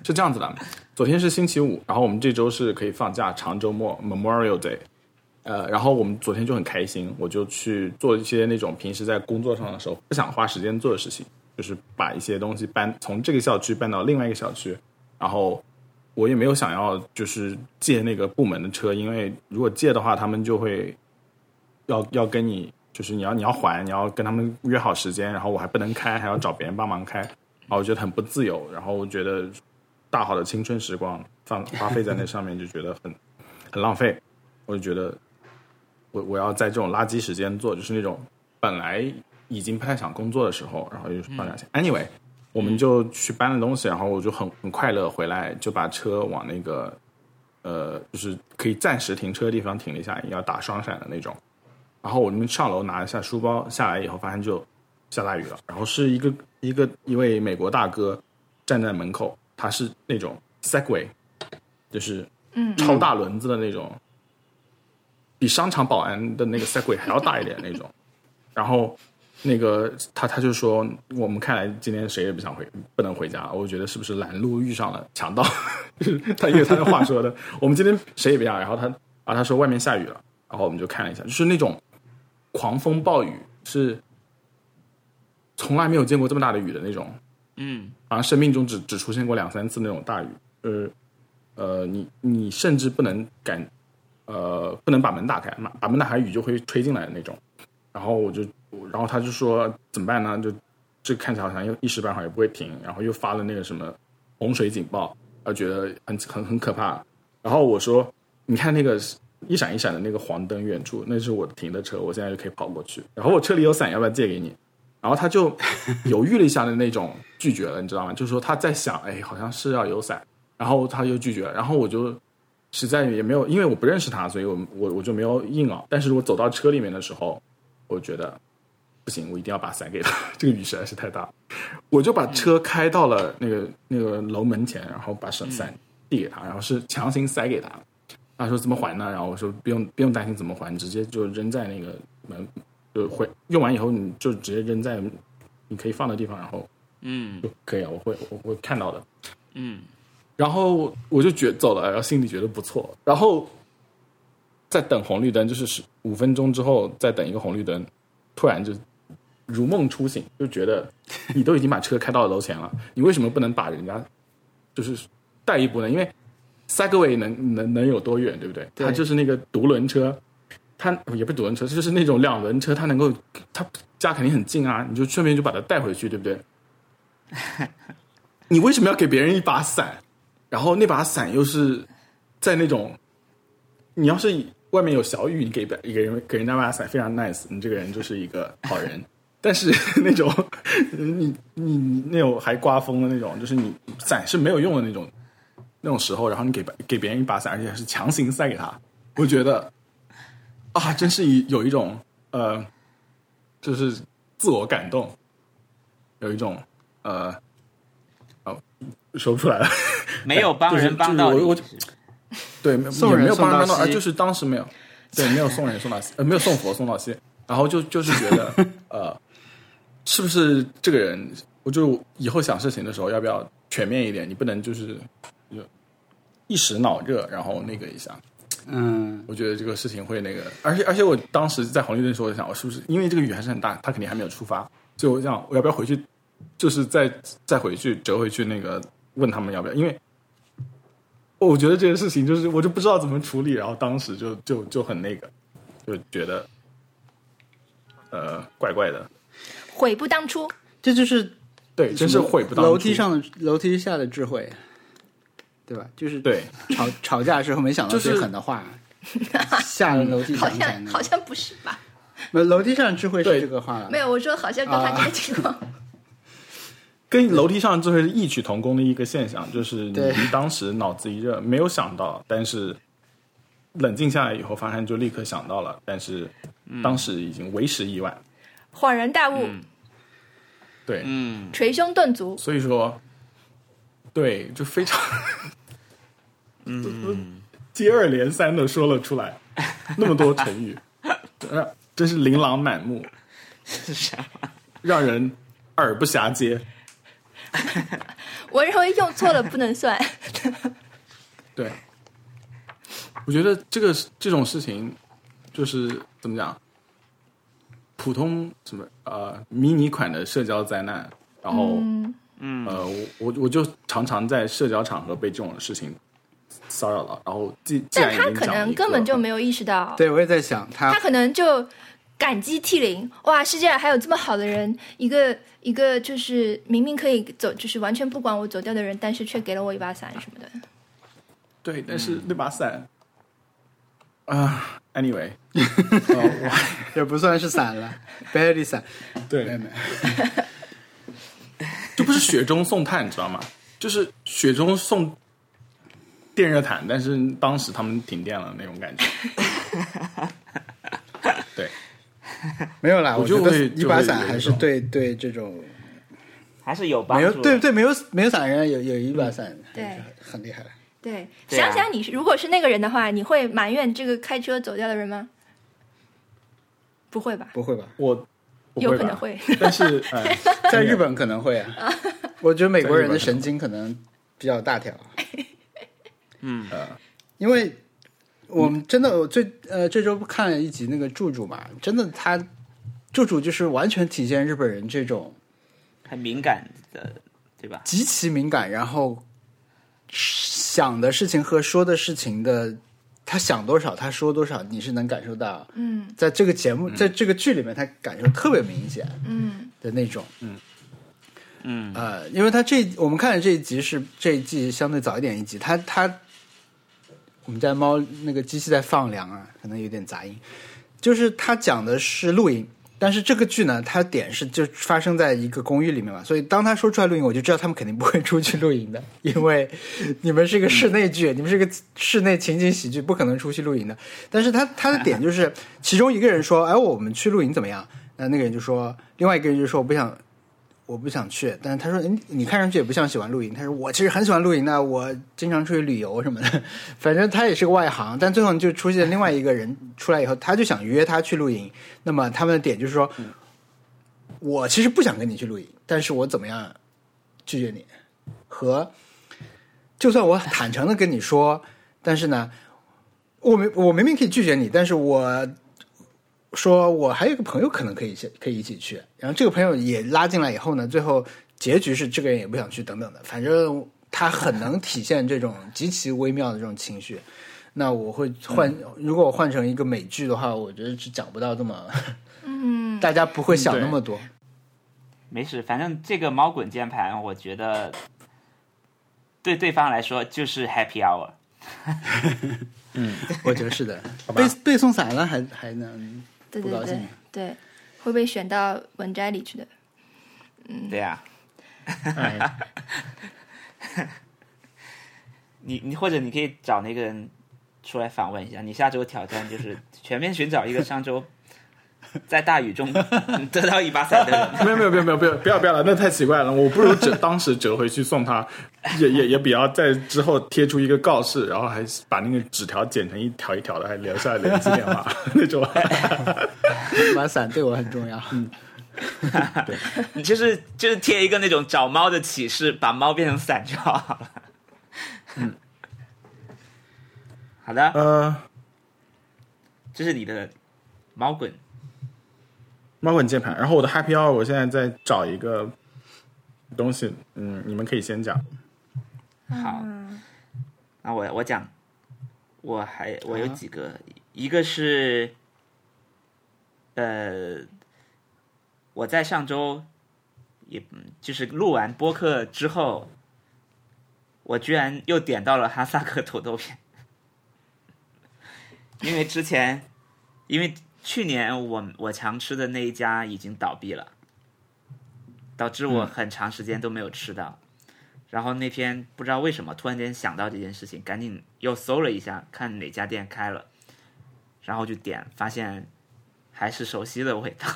是这样子的，昨天是星期五，然后我们这周是可以放假，长周末 Memorial Day。呃，然后我们昨天就很开心，我就去做一些那种平时在工作上的时候不想花时间做的事情，就是把一些东西搬从这个校区搬到另外一个校区，然后我也没有想要就是借那个部门的车，因为如果借的话，他们就会要要跟你就是你要你要还，你要跟他们约好时间，然后我还不能开，还要找别人帮忙开，啊，我觉得很不自由。然后我觉得大好的青春时光放花费在那上面，就觉得很很浪费。我就觉得我我要在这种垃圾时间做，就是那种本来已经不太想工作的时候，然后又放假前。anyway，我们就去搬了东西，然后我就很很快乐回来，就把车往那个呃，就是可以暂时停车的地方停了一下，也要打双闪的那种。然后我们上楼拿了一下书包，下来以后发现就下大雨了。然后是一个一个一位美国大哥站在门口，他是那种 Segway，就是嗯超大轮子的那种，比商场保安的那个 Segway 还要大一点那种。然后那个他他就说，我们看来今天谁也不想回，不能回家。我觉得是不是拦路遇上了强盗？ 就是他因为他的话说的，我们今天谁也别想。然后他啊他说外面下雨了，然后我们就看了一下，就是那种狂风暴雨，是从来没有见过这么大的雨的那种。嗯好像生命中只只出现过两三次那种大雨，就是呃，你你甚至不能敢呃不能把门打开，嘛，把门打开雨就会吹进来的那种。然后我就，然后他就说怎么办呢？就这看起来好像又一时半会儿也不会停，然后又发了那个什么洪水警报，呃，觉得很很很可怕。然后我说，你看那个一闪一闪的那个黄灯，远处那是我停的车，我现在就可以跑过去。然后我车里有伞，要不要借给你？然后他就 犹豫了一下的那种拒绝了，你知道吗？就是说他在想，哎，好像是要有伞，然后他又拒绝了，然后我就实在也没有，因为我不认识他，所以我我我就没有硬拗。但是我走到车里面的时候，我觉得不行，我一定要把伞给他， 这个雨实在是太大了，我就把车开到了那个那个楼门前，然后把伞伞递给他，然后是强行塞给他。他说怎么还呢？然后我说不用不用担心怎么还，直接就扔在那个门，就回呃用完以后你就直接扔在你可以放的地方，然后嗯就可以啊，我会我会看到的。嗯，然后我就觉走了，然后心里觉得不错，然后在等红绿灯，就是十五分钟之后再等一个红绿灯，突然就如梦初醒，就觉 得你都已经把车开到楼前了，你为什么不能把人家就是带一步呢？因为 Segway 能能能有多远，对不对？它就是那个独轮车，它也不是独轮车，就是那种两轮车，它能够它家肯定很近啊，你就顺便就把它带回去，对不对？ 你为什么要给别人一把伞？然后那把伞又是在那种，你要是外面有小雨，你给一个人给人家把伞非常 nice，你这个人就是一个好人。但是 那种你你你那种还刮风的那种，就是你伞是没有用的那种那种时候，然后你给给别人一把伞，而且是强行塞给他，我觉得啊，真是一有一种呃，就是自我感动，有一种呃。哦说不出来了，没有帮哎就是人帮到就是你。我我对，没送也人没有送帮到人帮到，啊，西就是当时没 有，对，没有送人送到西，呃，没有送 佛送到西，然后就就是觉得呃，是不是这个人我就以后想事情的时候要不要全面一点？你不能就是就一时脑热，然后那个一下。嗯，我觉得这个事情会那个，而且而且我当时在红绿灯的时候，我想我是不是因为这个雨还是很大，它肯定还没有出发，所以我想我要不要回去，就是再再回去折回去那个问他们要不要，因为我觉得这件事情就是我就不知道怎么处理，然后当时就就就很那个，就觉得呃怪怪的，悔不当初。这就是对，真是悔不当初。楼梯上的楼梯下的智慧，对吧？就是对，吵 吵架的时候没想到就是最狠的 话，下了楼梯好想一想像那好个。像不是吧？没有楼梯上的智慧是对这个话了没，有，我说好像跟他这个情啊况，跟楼梯上这会是异曲同工的一个现象，就是你对当时脑子一热，没有想到，但是冷静下来以后，发现就立刻想到了，但是当时已经为时已晚。 恍然大悟，嗯对，嗯，捶胸顿足，所以说，对，就非常，嗯， 接二连三的说了出来，那么多成语， 呃，真是琳琅满目，是 啥？让人耳不暇接。我认为用错了不能 算。对，我觉得这个这种事情，就是怎么讲，普通什么呃迷你款的社交灾难，然后、嗯，呃我我我就常常在社交场合被这种事情骚扰到，然后既既但然已他经可讲了能一根个啊本就没有意识到，对我也在想他他可能就感激涕零。哇，世界上还有这么好的人，一个一个就是明明可以走，就是完全不管我走掉的人，但是却给了我一把伞什么的。对，但嗯是那把伞 啊、a n y w a y 呃也不算是 散了，barely 散，我对没有没有， 就不是雪中送炭，你知道吗？就是雪中送电热毯，但是当时他们停电了那种感觉。对，没有啦。我我就觉得会一把就会伞有一还是种对对这种还是有帮没有助的。对对没有没有伞的人有有一把伞，对还是很厉害了。对，对啊想想你是如果是那个人的话，你会埋怨这个开车走掉的人吗？不会吧？不会吧？我我有会可能吧，会。但是 哎，在日本可能会啊，我觉得美国人的在日本可能神经可能比较大条，呃，因为我们真的我最呃这周看了一集那个柱柱嘛，真的他柱柱就是完全体现日本人这种很敏感的，对吧？极其敏感，然后想的事情和说的事情的，他想多少他说多少，你是能感受到，嗯在这个节目在这个剧里面他感受特别明显，嗯的那种，嗯嗯，呃，因为他这我们看的这一集是这一季相对早一点一集，他他我们家猫那个机器在放凉啊，可能有点杂音，就是他讲的是露营，但是这个剧呢，它点是就发生在一个公寓里面嘛，所以当他说出来露营，我就知道他们肯定不会出去露营的，因为你们是个室内剧，你们是个室内情景喜剧，不可能出去露营的。但是他他的点就是，其中一个人说：“哎，我们去露营怎么样？”那那个人就说，另外一个人就说：“我不想，我不想去。”但是他说：“哎你你看上去也不像喜欢露营。”他说：“我其实很喜欢露营的，我经常出去旅游什么的。 反正他也是个外行。”但最后就出现另外一个人出来以后，他就想约他去露营。那么他们的点就是说，我其实不想跟你去露营，但是我怎么样拒绝你？和就算我坦诚的跟你说，但是呢，我明我明明可以拒绝你，但是我说我还有一个朋友可能可以一起可以一起去，然后这个朋友也拉进来以后呢，最后结局是这个人也不想去等等的，反正他很能体现这种极其微妙的这种情绪。那我会换，如果我换成一个美剧的话，我觉得是讲不到这么，嗯，大家不会想对那么多。没事，反正这个猫滚键盘，我觉得对对方来说就是 happy hour。我觉得是的，吧被被送散了还还能对不对高对兴对，会被选到文摘里去的。对呀、哎，你你或者你可以找那个人出来访问一下。你下周挑战 就是全面寻找一个上周在大 雨中得到一把伞的人。没有没有没有没有，不要不要不要了，那太奇怪了，我不如折当时折回去送他，也也也比要在之后贴出一个告示，然后还把那个纸条剪成一条一 条的，还留下来留纪念码那种。哎把伞对我很重要。 你就是就是贴一个那种找猫的启示，把猫变成伞就好了。嗯好的，呃，这是你的猫滚，猫滚键盘。然后我的 Happy Hour，我现在在找一个东西，嗯，你们可以先讲。好，那我我讲，我还我有几个，一个是，呃，我在上周也嗯就是录完播客之后，我居然又点到了哈萨克土豆片，因为之前因为去年我我常吃的那一家已经倒闭了，导致我很长时间都没有吃到。然后那天不知道为什么突然间想到这件事情，赶紧又搜了一下，看哪家店开了，然后就点，发现还是熟悉的味道，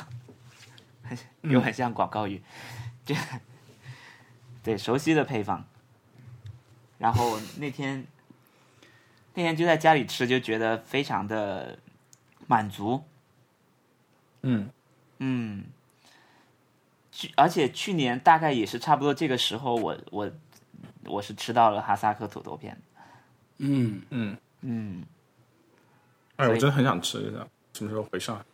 又很像广告语，这对熟悉的配方。然后那天那天就在家里吃，就觉得非常的满足，嗯，嗯，去而且去年大概也是差不多这个时候我，我我是吃到了哈萨克土豆片。 嗯，嗯，哎，我所以真的很想吃一下，什么时候回 上海？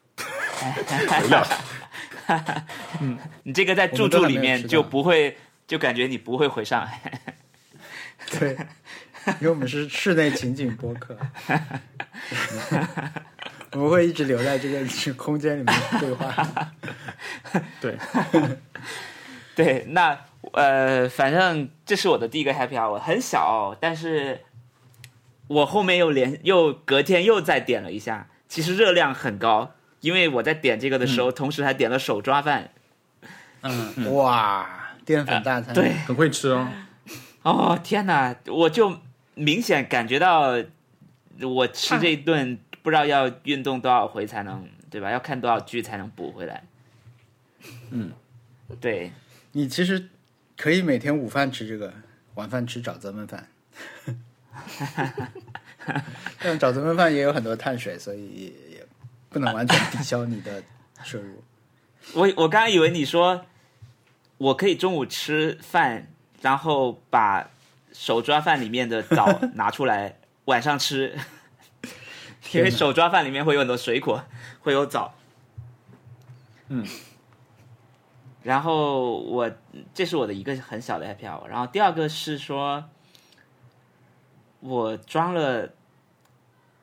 你这个在我住们都住还里没有吃到面就不会，就感觉你不会回上海。对，因为我们是室内情景播客，我们会一直留在这个空间里面对话。对，对，那呃，反正这是我的第一个 happy hour，很小哦、但是我后面又连又隔天又再点了一下，其实热量很高，因为我在点这个的时候，同时还点了手抓饭。嗯，哇，淀粉大餐，对，很会吃哦。哦天哪，我就明显感觉到，我吃这一顿不知道要运动多少回才能，对吧？要看多少剧才能补回来。嗯，对，你其实可以每天午饭吃这个，晚饭吃沼泽焖饭。 但沼泽焖饭也有很多碳水，所以也也不能完全抵消你的摄入。我我刚刚以为你说我可以中午吃饭，然后把手抓饭里面的枣拿出来晚上吃，因为手抓饭里面会有很多水果，会有枣。嗯。然后我这是我的一个很小的 happy hour，然后第二个是说，我装了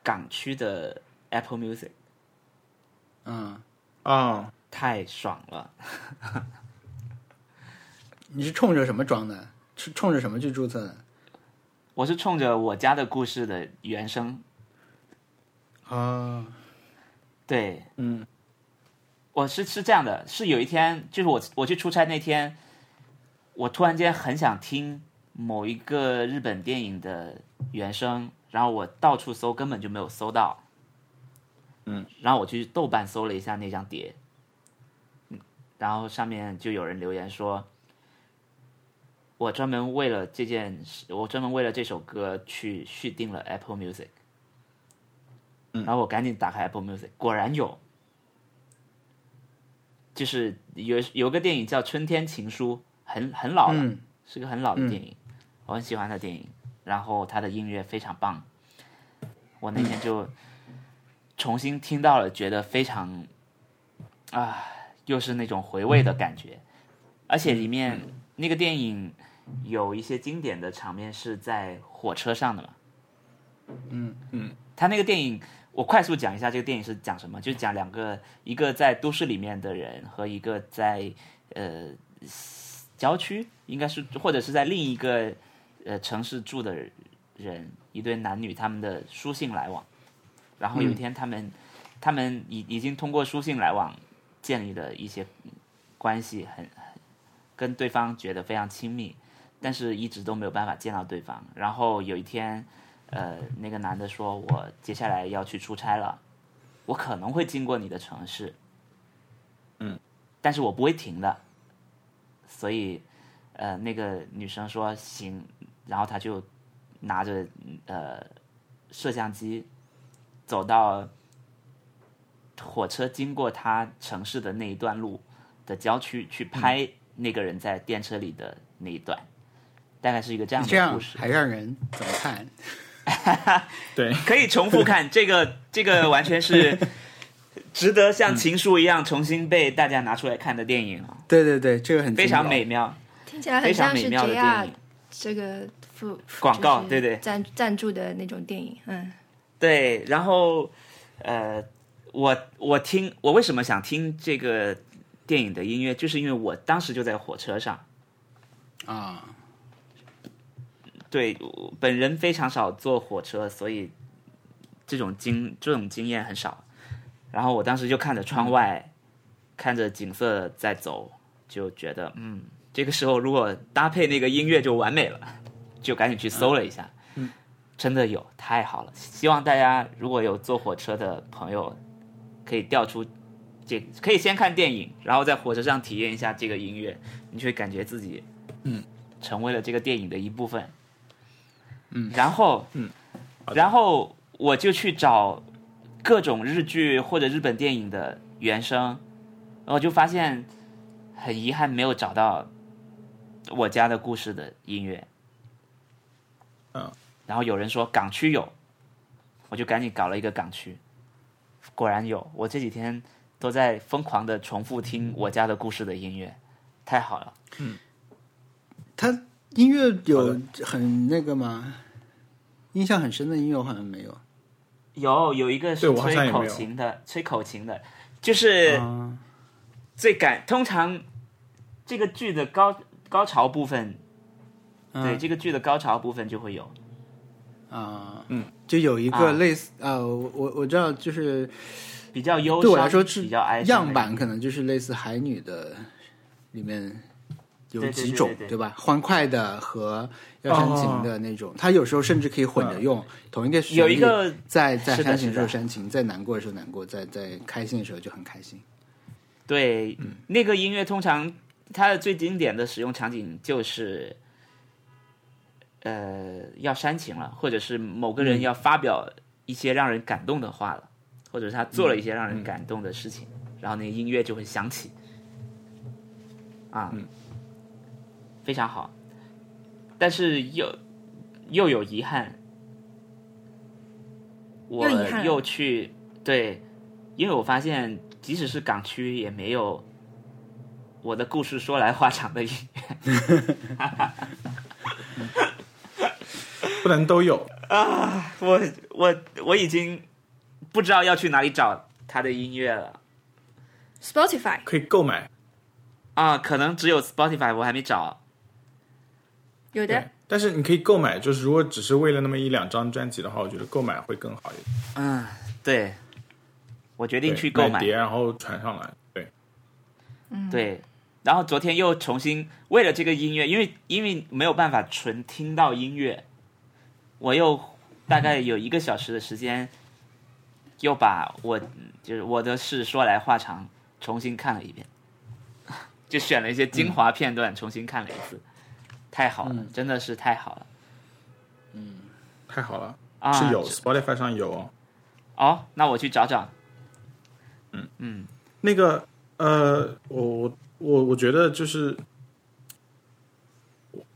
港区的 Apple Music，嗯，啊，太爽了。你是冲着什么装的？是冲着什么去注册的？我是冲着我家的故事的原声，啊，对嗯，我是是这样的，是有一天，就是我我去出差那天，我突然间很想听某一个日本电影的原声，然后我到处搜，根本就没有搜到，嗯，然后我去豆瓣搜了一下那张碟，嗯，然后上面就有人留言说。我专门为了这件事，我专门为了这首歌去续订了 Apple Music，然嗯后我赶紧打开 Apple Music，果然有，就是有有个电影叫《春天情书》，很很老了，嗯是个很老的电影，我很喜欢的电影。然后它的音乐非常棒，我那天就重新听到了，觉得非常啊，又是那种回味的感觉。而且里面嗯那个电影有一些经典的场面是在火车上的嘛，他那个电影，我快速讲一下这个电影是讲什么，就是讲两个，一个在都市里面的人和一个在呃郊区，应该是或者是在另一个呃城市住的人，一对男女他们的书信来往，然后有一天他们、他们已已经通过书信来往建立了一些关系很，很跟对方觉得非常亲密。但是一直都没有办法见到对方。然后有一天，呃，那个男的说：“我接下来要去出差了，我可能会经过你的城市，嗯，但是我不会停的。”所以，呃，那个女生说：“行。”然后他就拿着呃摄像机走到火车经过他城市的那一段路，的郊区嗯去拍那个人在电车里的那一段，大概是一个这样这的样故事。还让人怎么看？对，可以重复看这个，这个完全是值得像《情书》一样重新被大家拿出来看的电影啊，对对对，这个很非常劲爆美，妙，听起来非很常像美是妙 JR 的电影。这个付广告就是对对赞赞助的那种电影，嗯，对，然后呃，我我听我为什么想听这个电影的音乐，就是因为我当时就在火车上。啊！对，我本人非常少坐火车，所以这种经这种经验很少。然后我当时就看着窗外，看着景色在走，就觉得嗯，这个时候如果搭配那个音乐就完美了，就赶紧去搜了一下。嗯，真的有，太好了！希望大家如果有坐火车的朋友，可以调出这，可以先看电影，然后在火车上体验一下这个音乐，你就会感觉自己嗯成为了这个电影的一部分。然后，嗯，然后我就去找各种日剧或者日本电影的原声，然后就发现很遗憾没有找到我家的故事的音乐。嗯，然后有人说港区有，我就赶紧搞了一个港区，果然有。我这几天都在疯狂的重复听我家的故事的音乐，太好了。他音乐好有很那个吗？印象很深的音乐我好像没有。有有一个是对我好像也吹没口有琴的，吹口琴的，就是啊最感通常这个剧的高高潮部分，嗯对这个剧的高潮部分就会有，啊，嗯，就有一啊个类似啊，我我我知道，就是比较忧伤，对我来说是比较哀伤的样板，可能就是类似海女的里面有对对几对种对对吧？欢快的和要煽情的那种，它有时候甚至可以混着用同一个旋律嗯有一个在在是的煽情的时候是的煽情，在难过的时候难过，在在开心的时候就很开心。对、嗯那个音乐通常它的最经典的使用场景就是，呃，要煽情了，或者是某个人要发表一些让人感动的话了，或者是他做了一些让人感动的事情，然后那个音乐就会响起，啊，非常好，但是又又有遗憾，我又遗憾又去对，因为我发现即使是港区也没有。我的故事说来话长的音乐，不能都有。我我我已经不知道要去哪里找他的音乐了，Spotify 可以购买，啊！可能只有 Spotify 我还没找，有的，但是你可以购买，就是如果只是为了那么一两张专辑的话，我觉得购买会更好一点。嗯，对，我决对定去购买买，碟，然后传上来。对，对，然后昨天又重新为了这个音乐，因为因为没有办法纯听到音乐，我又大概有一个小时的时间，又把我就是我的事说来话长重新看了一遍，就选了一些精华片段重新看了一次，太好了，真的是太好了太好了，啊！是有 Spotify 上有哦哦，那我去找找，那个呃，我我我我觉得就是。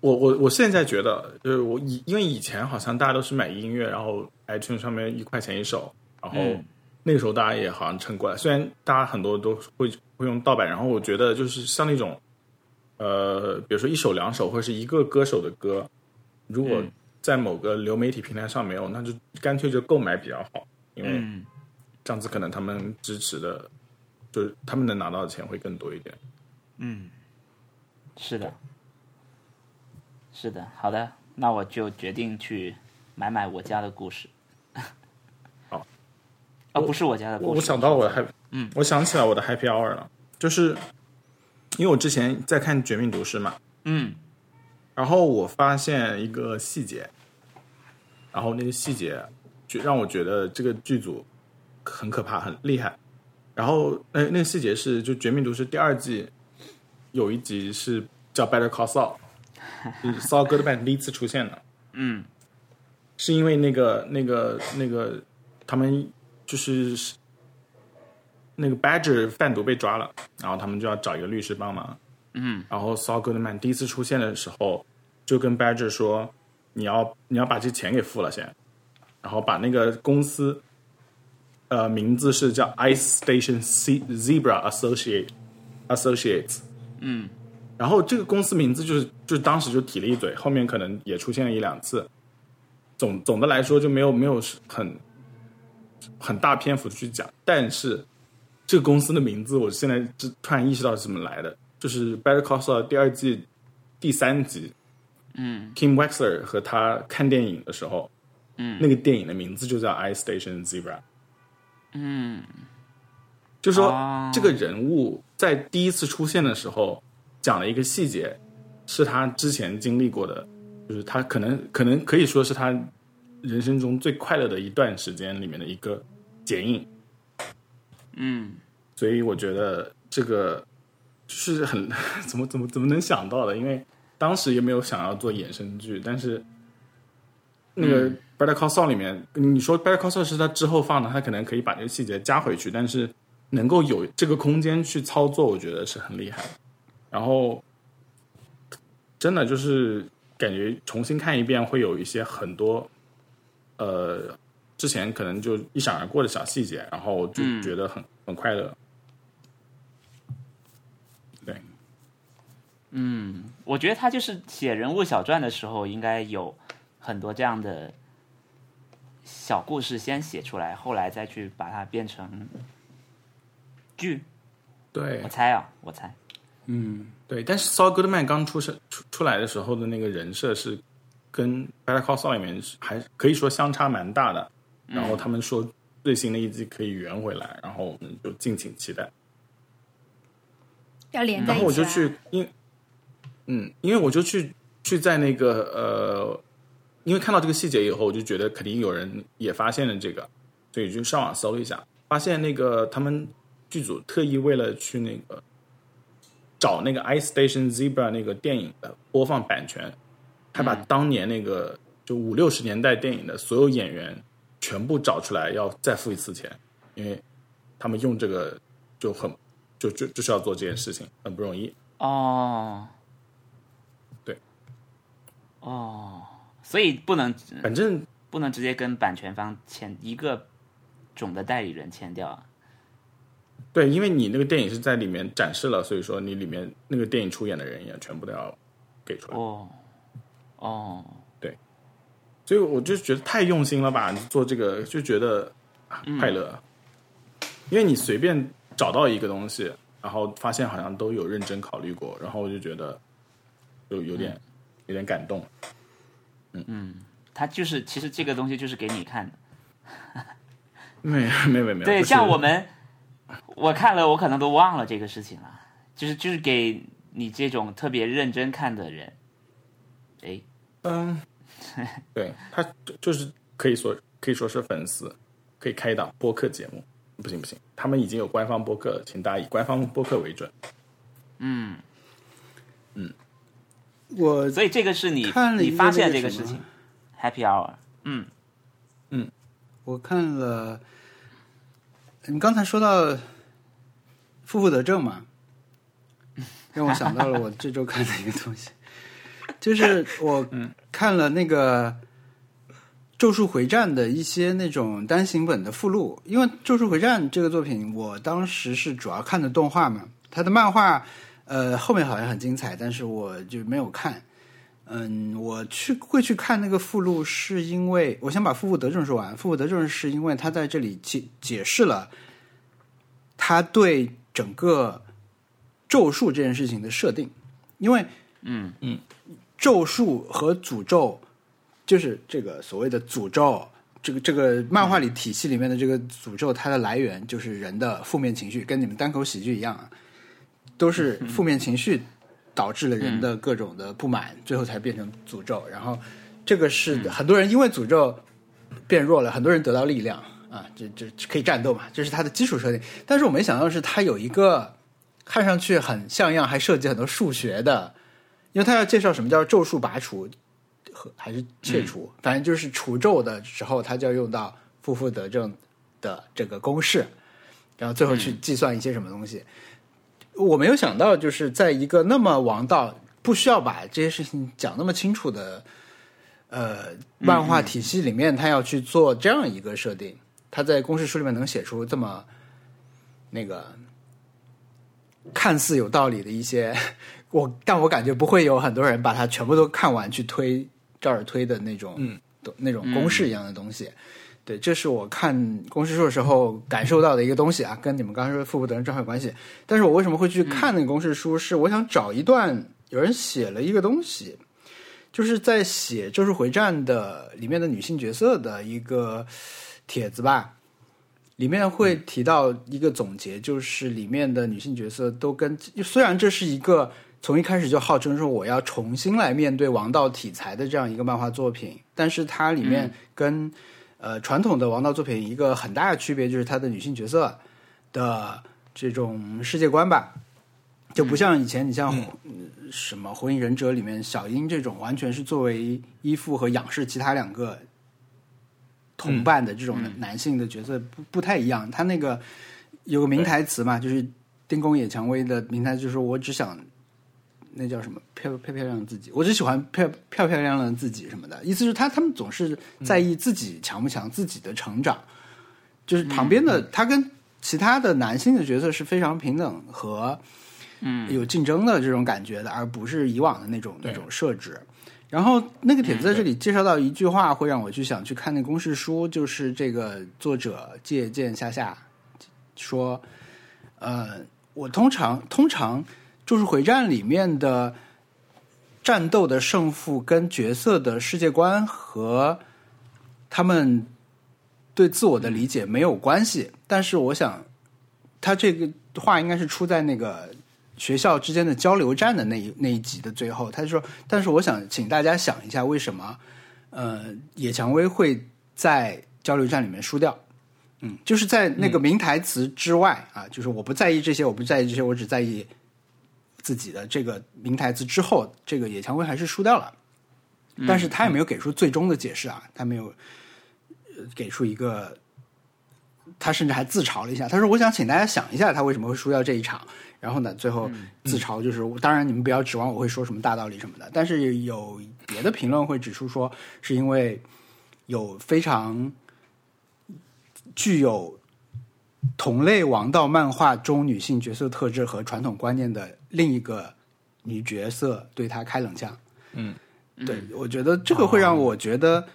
我我我现在觉得，就是我以因为以前好像大家都是买音乐，然后 iTunes 上面一块钱一首，然后嗯那个时候大家也好像撑过来。虽然大家很多都会会用盗版，然后我觉得就是像那种，呃，比如说一首两首或者是一个歌手的歌，如果嗯在某个流媒体平台上没有，那就干脆就购买比较好，因为嗯，这样子可能他们支持的，就是他们能拿到的钱会更多一点。是的，是的，好的，那我就决定去买买我家的故事。 好，啊，不是我家的故我事，我想到我的 happy，嗯，我想起来我的 happy hour 了，就是因为我之前在看《绝命毒师》嘛，嗯然后我发现一个细节，然后那个细节就让我觉得这个剧组很可怕、很厉害。然后呃那那个细节是，就《绝命毒师》第二季有一集是叫《Better Call Saul》，就是骚哥的扮演第一次出现的。 嗯是因为那个那个那个他们就是那个 Badger 贩毒被抓了，然后他们就要找一个律师帮忙。嗯，然后 Saul Goodman 第一次出现的时候，就跟 Badger 说：“你要你要把这钱给付了先，然后把那个公司，呃，名字是叫 Ice Station C Zebra Associate Associates。”嗯，然后这个公司名字就是就当时就提了一嘴，后面可能也出现了一两次。总总的来说就没有没有很很大篇幅的去讲，但是这个公司的名字，我现在就突然意识到是怎么来的，就是《Better Call Saul》第二季第三集，嗯，Kim Wexler 和他看电影的时候，嗯，那个电影的名字就叫《I Station Zebra》，嗯，就说、哦这个人物在第一次出现的时候讲了一个细节，是他之前经历过的，就是他可能可能可以说是他人生中最快乐的一段时间里面的一个剪影。嗯，所以我觉得这个是很 怎么怎么怎么能想到的，因为当时也没有想要做衍生剧，但是那个《Better Call Saul》里面，你说《Better Call Saul》是他之后放的，他可能可以把这个细节加回去，但是能够有这个空间去操作，我觉得是很厉害的。然后真的就是感觉重新看一遍，会有一些很多呃之前可能就一闪而过的小细节，然后就觉得很、很快乐。对，我觉得他就是写人物小传的时候，应该有很多这样的小故事先写出来，后来再去把它变成剧。对我猜啊，我猜，对，但是 Saul Goodman 刚出生出出来的时候的那个人设是跟《Better Call Saul》里面是还可以说相差蛮大的。然后他们说最新的一季可以圆回来，然后我们就敬请期待。要连在然一起、啊。后我就去，因嗯，因为我就去去在那个呃，因为看到这个细节以后，我就觉得肯定有人也发现了这个，所以就上网搜了一下，发现那个他们剧组特意为了去那个找那个《I Station Zebra》那个电影的播放版权，还嗯把当年那个就五六十年代电影的所有演员全部找出来，要再付一次钱，因为他们用这个就很就就就是要做这件事情，很不容易。哦，对，哦，所以不能反正不能直接跟版权方签一个种的代理人签掉啊。对，因为你那个电影是在里面展示了，所以说你里面那个电影出演的人也全部都要给出来。哦，哦，所以我就觉得太用心了吧，做这个就觉得、啊快乐，嗯因为你随便找到一个东西，然后发现好像都有认真考虑过，然后我就觉得有有嗯点、有点感动。他就是其实这个东西就是给你看的。 没没没没有，对，不是像我们，我看了，我可能都忘了这个事情了。就是就是给你这种特别认真看的人，哎，嗯，对他就就是可以说可以说是粉丝，可以开一档播客节目。不行不行，他们已经有官方播客了，请大家以官方播客为准。我所以这个是你看了一你个发现那这个个什事么情，Happy Hour，嗯，我看了，你刚才说到负负得正嘛，让我想到了我这周看的一个东西，就是我看了那个《咒术回战》的一些那种单行本的附录，因为《咒术回战》这个作品，我当时是主要看的动画嘛，它的漫画呃后面好像很精彩，但是我就没有看。嗯，我去会去看那个附录，是因为我先把《负负得正》说完，《负负得正》是因为他在这里解解释了他对整个咒术这件事情的设定，因为嗯嗯，咒术和诅咒就是这个所谓的诅咒，这个这个漫画里体系里面的这个诅咒，它的来源就是人的负面情绪，跟你们单口喜剧一样啊，都是负面情绪导致了人的各种的不满，最后才变成诅咒。然后这个是很多人因为诅咒变弱了，很多人得到力量啊，这这这可以战斗嘛，这是它的基础设定。但是我没想到的是它有一个看上去很像样，还涉及很多数学的，因为它要介绍什么叫咒术拔除和还是切除，反正就是除咒的时候，它就要用到负负得正的这个公式。然后最后去计算一些什么东西。我没有想到，就是在一个那么王道、不需要把这些事情讲那么清楚的呃漫画体系里面，他要去做这样一个设定。他在公式书里面能写出这么那个看似有道理的一些，我但我感觉不会有很多人把它全部都看完去推照着推的那种，嗯，那种公式一样的东西。对，这是我看公式书的时候感受到的一个东西啊，跟你们刚才说的负不得任正好有关系。但是我为什么会去看那个公式书？是我想找一段有人写了一个东西，就是在写《咒术回战》的里面的女性角色的一个帖子吧，里面会提到一个总结，就是里面的女性角色都跟虽然这是一个从一开始就号称说我要重新来面对王道题材的这样一个漫画作品，但是它里面跟、呃传统的王道作品一个很大的区别就是它的女性角色的这种世界观吧，就不像以前你像、嗯什么《火影忍者》里面小樱这种，完全是作为依附和仰视其他两个同伴的这种男性的角色不不太一样。他那个有个名台词嘛，就是丁公野蔷薇的名台词，就是说我只想那叫什么漂漂漂亮的自己，我只喜欢漂漂漂亮亮的自己什么的。意思是他他们总是在意自己强不强，自己的成长，就是旁边的、他跟其他的男性的角色是非常平等和嗯有竞争的这种感觉的，而不是以往的那种那种设置。然后那个帖子在这里介绍到一句话，会让我去想去看那公式书，就是这个作者借鉴下下说，呃，我通常通常就是回战里面的战斗的胜负跟角色的世界观和他们对自我的理解没有关系，但是我想他这个话应该是出在那个学校之间的交流战的那一那一集的最后，他就说，但是我想请大家想一下，为什么呃野蔷薇会在交流战里面输掉？嗯，就是在那个名台词之外、啊，就是我不在意这些，我不在意这些，我只在意自己的这个名台词之后，这个野蔷薇还是输掉了，但是他也没有给出最终的解释啊，他没有呃给出一个，他甚至还自嘲了一下，他说：“我想请大家想一下，他为什么会输掉这一场。”然后呢，最后自嘲就是，当然你们不要指望我会说什么大道理什么的，但是有别的评论会指出说，是因为有非常具有同类王道漫画中女性角色特质和传统观念的另一个女角色对她开冷枪。嗯，对，我觉得这个会让我觉得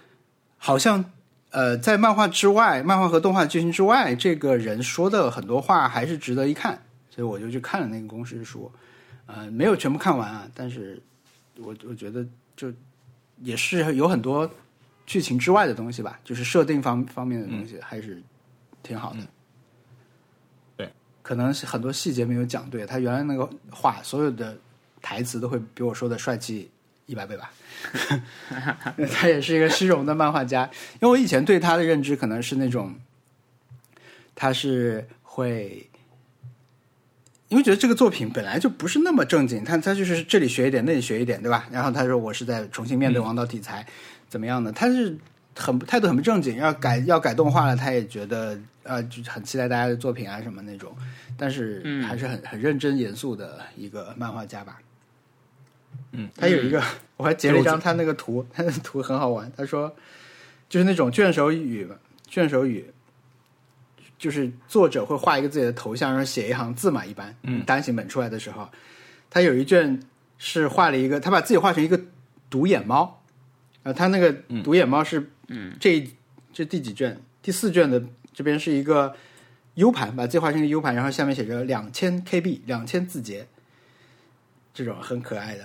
好像。呃，在漫画之外，漫画和动画剧情之外，这个人说的很多话还是值得一看，所以我就去看了那个公式书，呃，没有全部看完啊，但是我我觉得就也是有很多剧情之外的东西吧，就是设定方方面的东西还是挺好的。对，可能是很多细节没有讲对，他原来那个话所有的台词都会比我说的帅气一百倍吧。 他也是一个虚荣的漫画家，因为我以前对他的认知可能是那种，他是会。因为觉得这个作品本来就不是那么正经，他他就是这里学一点，那里学一点，对吧？然后他说我是在重新面对王道题材，怎么样呢？他是很态度很不正经，要改要改动画了，他也觉得呃就很期待大家的作品啊什么那种，但是还是很很认真严肃的一个漫画家吧。嗯，他有一个， 我还截了一张他那个图， 他的图很好玩。他说就是那种卷首语嘛，卷首语。就是作者会画一个自己的头像，然后写一行字嘛，一般，嗯，单行本出来的时候，他有一卷是画了一个，他把自己画成一个独眼猫，然啊后他那个独眼猫是，嗯，这一这第几卷？第四卷的这边是一个 U 盘，把自己画成一个 U 盘，然后下面写着两千 KB，两千字节，这种很可爱的，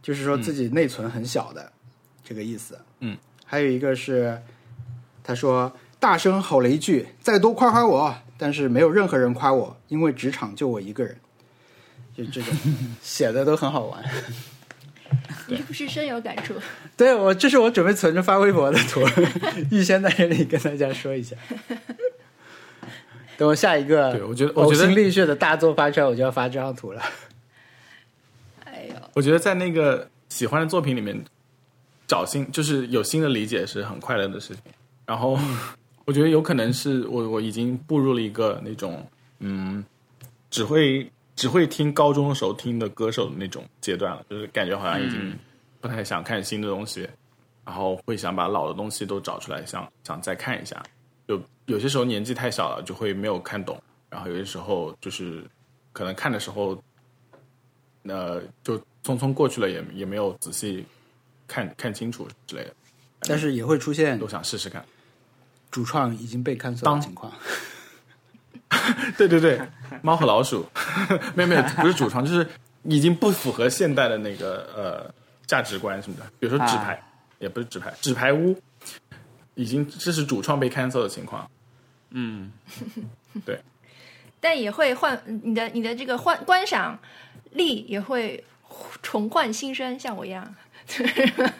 就是说自己内存很小的、这个意思。嗯，还有一个是他说大声吼了一句：“再多夸夸我！”但是没有任何人夸我，因为职场就我一个人。就这种写的都很好玩。你是不是深有感触？对我，这是我准备存着发微博的图， 预先在这里跟大家说一下。等我下一个，对我觉得我觉得呕心沥血的大作发出来，我就要发这张图了。哎呦，我觉得在那个喜欢的作品里面找新，就是有新的理解是很快乐的事情。然后我觉得有可能是我我已经步入了一个那种嗯，只会只会听高中的时候听的歌手的那种阶段了，就是感觉好像已经不太想看新的东西，然后会想把老的东西都找出来，想想再看一下。有有些时候年纪太小了，就会没有看懂，然后有些时候就是可能看的时候，呃，就匆匆过去了也，也没有仔细看看清楚之类的，但是也会出现都想试试看。主创已经被 cancel 当的情况。 对对对，猫和老鼠， 没有没有，不是主创，就是已经不符合现代的那个呃价值观什么的。比如说纸牌，啊也不是纸牌，纸牌屋已经这是主创被 cancel 的情况。嗯，但也会换你的你的这个换观赏力也会重焕新生，像我一样。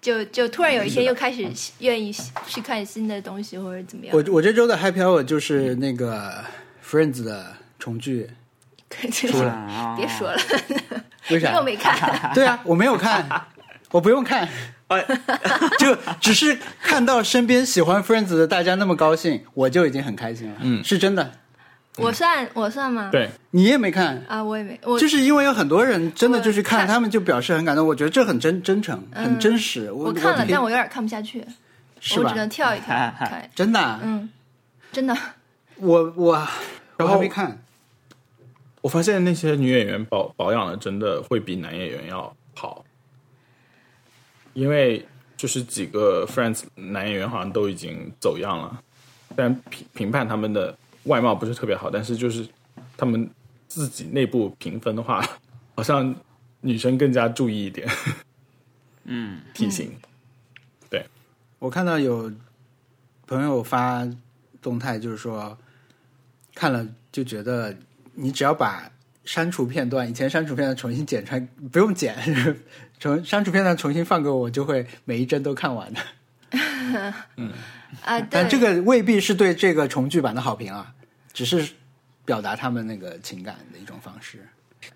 就就突然有一天又开始愿意去看新的东西或者怎么样 我，我这周的 Happy Hour 就是那个 Friends 的重聚，啊别说了，为 你啥又？没看，对啊，我没有看， 我不用看，哎 就只是看到身边喜欢 Friends 的大家那么高兴，我就已经很开心了。嗯，是真的，我算我算吗？对，你也没看，啊，我也没，我就是因为有很多人真的就是看我看嗯他们就表示很感动，我觉得这很真真诚，很真实。我我看了，可以但我有点看不下去，是我吧哎只？能跳一跳看，真的啊，嗯，真的，我我我然还后没看，我发现那些女演员保保养的真的会比男演员要好，因为就是几个 Friends 男演员好像都已经走样了，虽然评评判他们的外貌不是特别好，但是就是他们自己内部评分的话，好像女生更加注意一点，嗯，体型。我看到有朋友发动态，就是说看了就觉得，你只要把删除片段，以前删除片段重新剪出来，不用剪， 重删除片段重新放给我，我就会每一帧都看完的。啊，对，但这个未必是对这个重聚版的好评啊，只是表达他们那个情感的一种方式。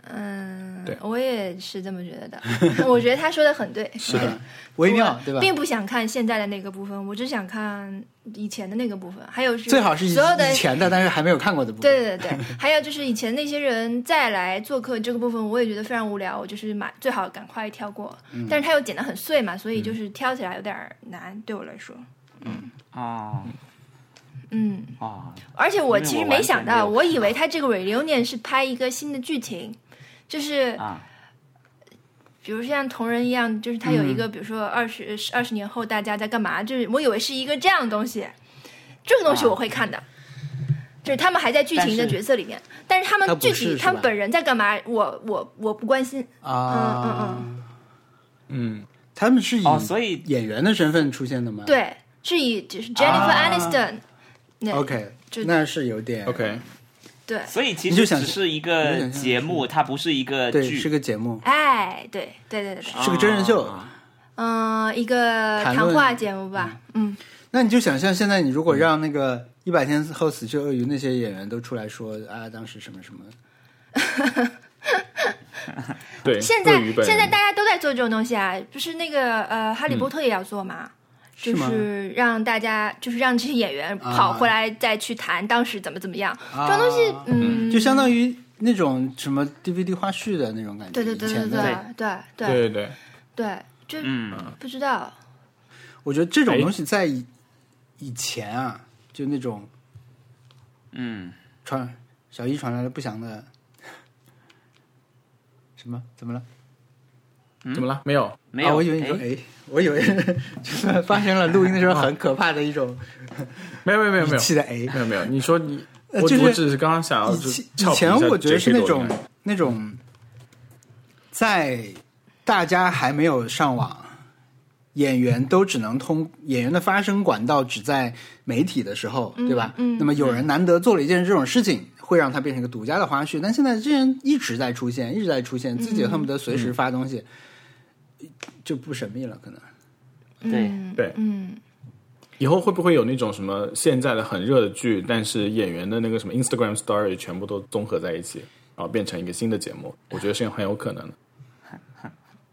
嗯对，我也是这么觉得的， 我觉得他说的很对，是的微妙，对吧？并不想看现在的那个部分，我只想看以前的那个部分，还有是最好是以所有的以前的，但是还没有看过的部分。对对对 对，还有就是以前那些人再来做客这个部分，我也觉得非常无聊，我就是买最好赶快跳过。嗯但是它又剪得很碎嘛，所以就是挑起来有点儿难，对我来说。哦嗯，哦，而且我因为其实我完没想全没到，有我以看为到他这个 reunion 是拍一个新的剧情，就是啊比如像同人一样，就是他有一嗯个，比如说二十二十年后大家在干嘛，就是我以为是一个这样的东西，这个东西啊我会看的，就是他们还在剧情的但是角色里面，但是他他们不具是体是他们吧本人在干嘛，我我我不关心，啊，嗯嗯，他们是以哦，所以演员的身份出现的吗？对，是以就是 Jennifer 啊 Aniston，那，OK，就那是有点 OK，对，所以其你就实想只是一你就个想象节目，它不是一个对，剧，是个节目，哎，对对对对对，是个真人秀。啊嗯、一个谈谈论话节目吧，嗯，那你就想象现在你如果让那嗯个一百天后死去的鳄鱼那些演员都出来说啊，当时什么什么，对，现在鳄鱼本现在人大家都在做这种东西啊，不是那个呃，哈利波特也要做嘛，就是吗是让大家就是让这些演员啊跑回来再去谈当时怎么怎么样，啊这种东西，嗯，就相当于那种什么 DVD 花絮的那种感觉。对对对以对前的对对对对对对，对，就嗯，不知道，我觉得这种哎东西在以以前啊，就那种嗯，传小一传来了不祥的什么怎么了？嗯怎么了？没有，没啊有，我以为你说哎哎，我以为 就是发生了录音的时候很可怕的一种没有没有没有没语有气的哎。没有没有，你说你。呃我就是我只是刚刚想要以就前以俏皮一前下我觉得是 JK 那朵种的感觉那种，在大家还没有上网，演员都只能通演员的发声管道只在媒体的时候，对吧？嗯那么有人难得做了一件这种事情，会让它变成一个独家的花絮。但现在这些人一直在出现，一直在出现，自己恨不得随嗯时发东西，就不神秘了，可能。对嗯对嗯，以后会不会有那种什么现在的很热的剧，但是演员的那个什么 Instagram Story 全部都综合在一起，然后变成一个新的节目？我觉得是很有可能的。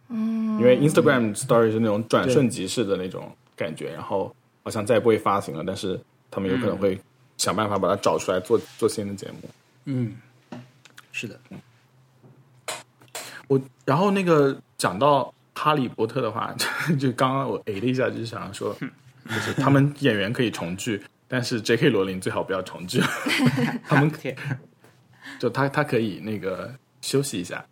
嗯，因为 Instagram Story 是那种转瞬即逝的那种感觉，然后好像再也不会发行了，但是他们有可嗯能会想办法把它找出来做做新的节目。嗯，是的，我然后那个讲到哈利波特的话， 就就刚刚我 A 了一下，就是想说，就是他们演员可以重聚，但是 J.K. 罗琳最好不要重聚，他们天就他他可以那个休息一下。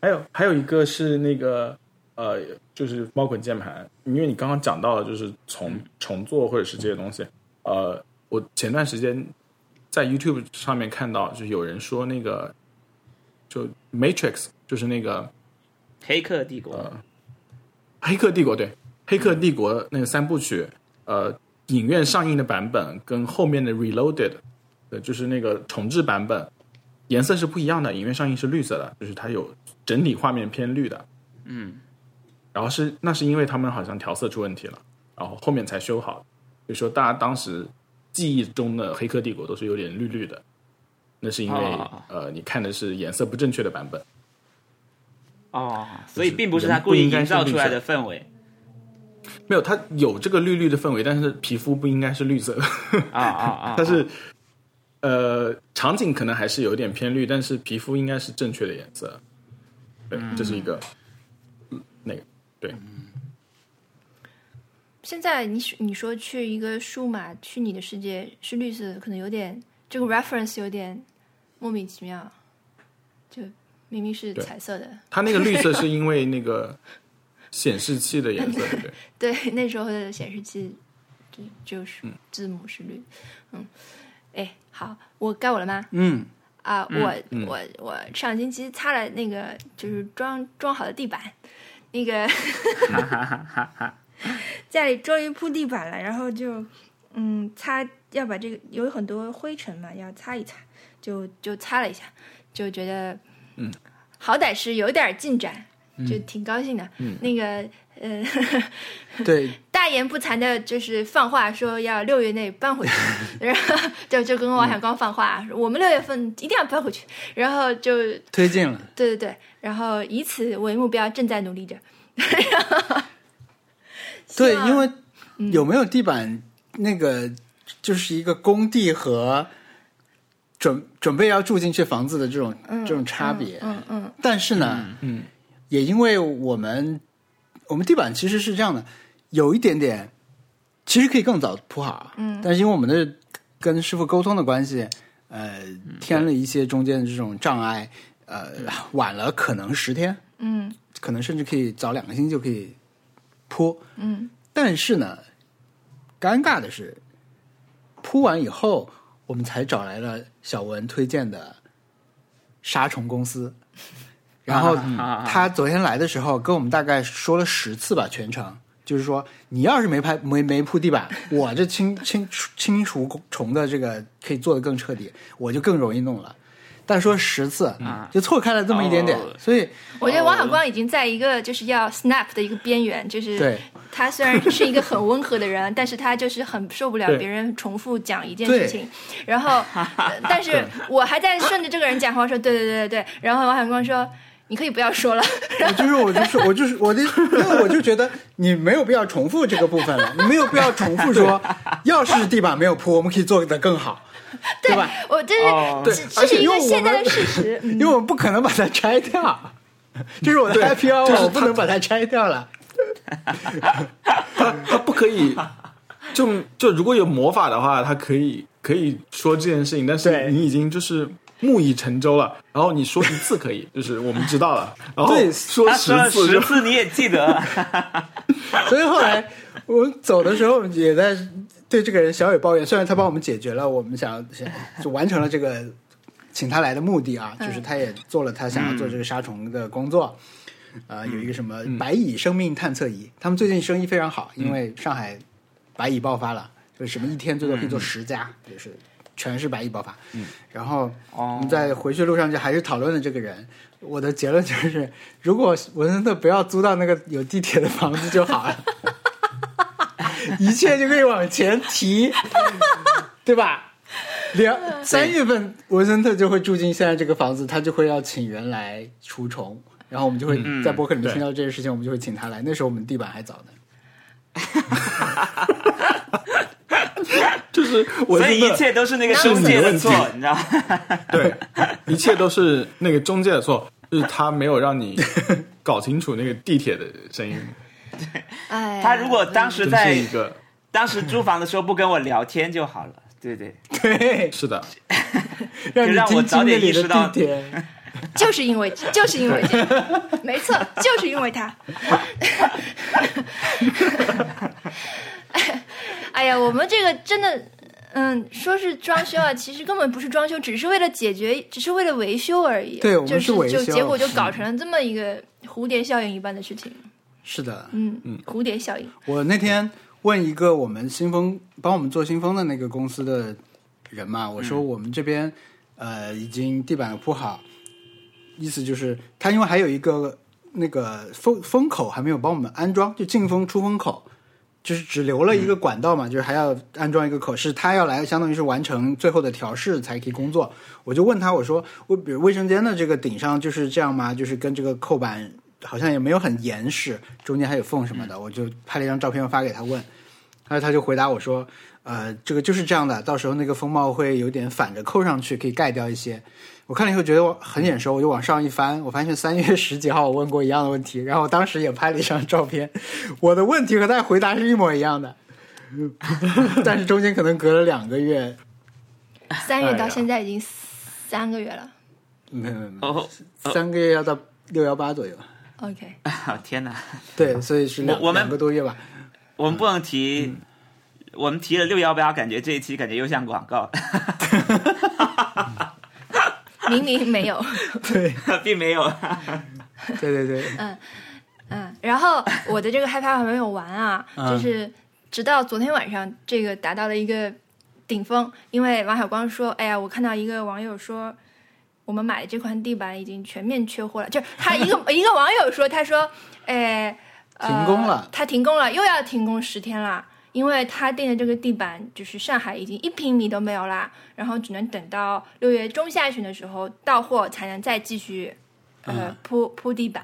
还有还有一个是那个呃，就是猫滚键盘，因为你刚刚讲到了就是重重做或者是这些东西，呃，我前段时间在 YouTube 上面看到，就是有人说那个就 Matrix，就是那个黑客帝国》嗯黑客帝国，对，黑客帝国那个三部曲，呃，影院上映的版本跟后面的 Reloaded，呃，就是那个重置版本，颜色是不一样的。影院上映是绿色的，就是它有整体画面偏绿的。嗯，然后是那是因为他们好像调色出问题了，然后后面才修好。所以说大家当时记忆中的黑客帝国都是有点绿绿的，那是因为、哦呃，你看的是颜色不正确的版本。哦，所以并不是他故意营造出来的氛 围没有，它有这个绿绿的氛围，但是皮肤不应该是绿 色的。啊啊啊！但是呃，场景可能还是有点偏绿，但是皮肤应该是正确的颜色。对，这是一个、嗯那个对，现在你你说去一个数码虚拟的世界是绿色的，可能有点这个 reference 有点莫名其妙，就明明是对彩色的，它那个绿色是因为那个显示器的 颜色，对不对？对， 那时候的显示器就就是字母是绿，嗯，哎，好，我该我了吗？嗯，啊，我我我上星期擦了那个就是装装好的地板，那 个家里终于铺地板了，然后就嗯擦，要把这个有很多灰尘嘛，要擦一擦，就就擦了一下，就觉得嗯，好歹是有点进展，嗯就挺高兴的。那个呃，对，大言不惭的，就是放话说要六月内搬 回去，然后就就跟嗯王小光放话，我们六月份一定要搬回去，然后就对推进了，对对，然后以此为目标，正在努力着。对，望因为有没有地板那个就是一个工地和准准备要住进去房子的这种、这种差别，嗯嗯，但是呢，嗯，也因为我们我们地板其实是这样的，有一点点，其实可以更早铺好，嗯，但是因为我们的跟师傅沟通的关系，呃，添了一些中间的这种障碍，呃，晚了可能十天，嗯，可能甚至可以早两个星期就可以铺，嗯，但是呢，尴尬的是，铺完以后，我们才找来了小文推荐的杀虫公司。然后他昨天来的时候，跟我们大概说了十次吧，全程就是说，你要是没拍没没铺地板，我这清清清除虫的这个可以做的更彻底，我就更容易弄了。但说十次，就错开了这么一点点，哦所以我觉得哦王小光已经在一个就是要 snap 的一个边缘，就是对他虽然是一个很温和的人，但是他就是很受不了对别人重复讲一件对事情。然后，呃但是我还在顺着这个人讲话说，对对对对对。然后王小光说：“你可以不要 说了。”我就是我就是我就是我的，因为我就觉得你没有必要重复这个部分了，你没有必要重复说，要是地板没有铺，我们可以做得更好，对吧？我这哦是对这这而且是一因为个我现在们的事 实。嗯因为我们不可能把它拆掉，这是我的 happy hour，、我不能把它拆掉了。它它不可以，就就如果有魔法的话，它可以可以说这件事情，但是对你已经就是。木已成舟了，然后你说一次可以，就是我们知道了，然后对说他说了次十就次你也记得，所以后来我们走的时候也在对这个人小有抱怨，虽然他帮我们解决了我们想要想就完成了这个请他来的目的啊，就是他也做了他想要做这个杀虫的工作。呃，有一个什么白蚁生命探测仪，他们最近生意非常好，因为上海白蚁爆发了，就是什么一天最多可以做十家，就是全是白蚁爆发。嗯，然后我们在回去路上就还是讨论了这个人。我的结论就是，如果文森特不要租到那个有地铁的房子就好了，一切就可以往前提，对吧？两三月份，文森特就会住进现在这个房子，他就会要请人来嗯除虫，然后我们就会在博客里面听到这件事情，我们就会请他来。那时候我们地板还早呢。就是 我所以真一的切都是那个是中介你的问错题，你知道吗？对，一切都是那个中介的错，就是他没有让你搞清楚那个地铁的声音，哎，他如果当时真在是一个当时租房的时候不跟我聊天就好了，对对，对，是的，让你让我听早清这点里意的识到地铁。 就是因为就是因为这个，没错，就是因为 他。哎呀，我们这个真的，嗯，说是装修啊，其实根本不是装修，只是为了解决，只是为了维修而已。对我们就是维修就结果就搞成了这么一个蝴蝶效应一般的事情。是的，嗯嗯，蝴蝶效应。我那天问一个我们新风帮我们做新风的那个公司的人嘛，我说我们这边、呃已经地板铺好，意思就是他因为还有一个那个风风口还没有帮我们安装，就进风出风口。就是只留了一个管道嘛，就是还要安装一个口，是他要来，相当于是完成最后的调试才可以工作。我就问他，我说卫比如卫生间的这个顶上就是这样吗？就是跟这个扣板好像也没有很严实，中间还有缝什么的。我就拍了一张照片发给他问，然后他就回答我说，呃，这个就是这样的，到时候那个风帽会有点反着扣上去，可以盖掉一些。我看了以后觉得我很眼熟，我就往上一翻，我发现三月十几号我问过一样的问题，然后我当时也拍了一张照片，我的问题和他的回答是一模一样的， 但是中间可能隔了两个月，三月哎到呀现在已经三个月了。没有没有没 哦，有，三个月要到六幺八左右， OK，哦天哪，对，所以是两嗯我我们两个多月 吧，我们不能提，嗯我们提了六幺八，感觉这一期感觉又像广告， 明明没有。对并没有。 对对对，嗯，然后我的这个害怕还没有完啊，嗯就是直到昨天晚上，这个达到了一个顶峰，因为王小光说：“哎呀，我看到一个网友说，我们买的这款地板已经全面缺货了。”就是他一个 一个网友说，他说：“哎，呃停工了他停工了，又要停工十天了。”因为他订的这个地板，就是上海已经一平米都没有啦，然后只能等到六月中下旬的时候到货，才能再继续呃嗯铺铺地板，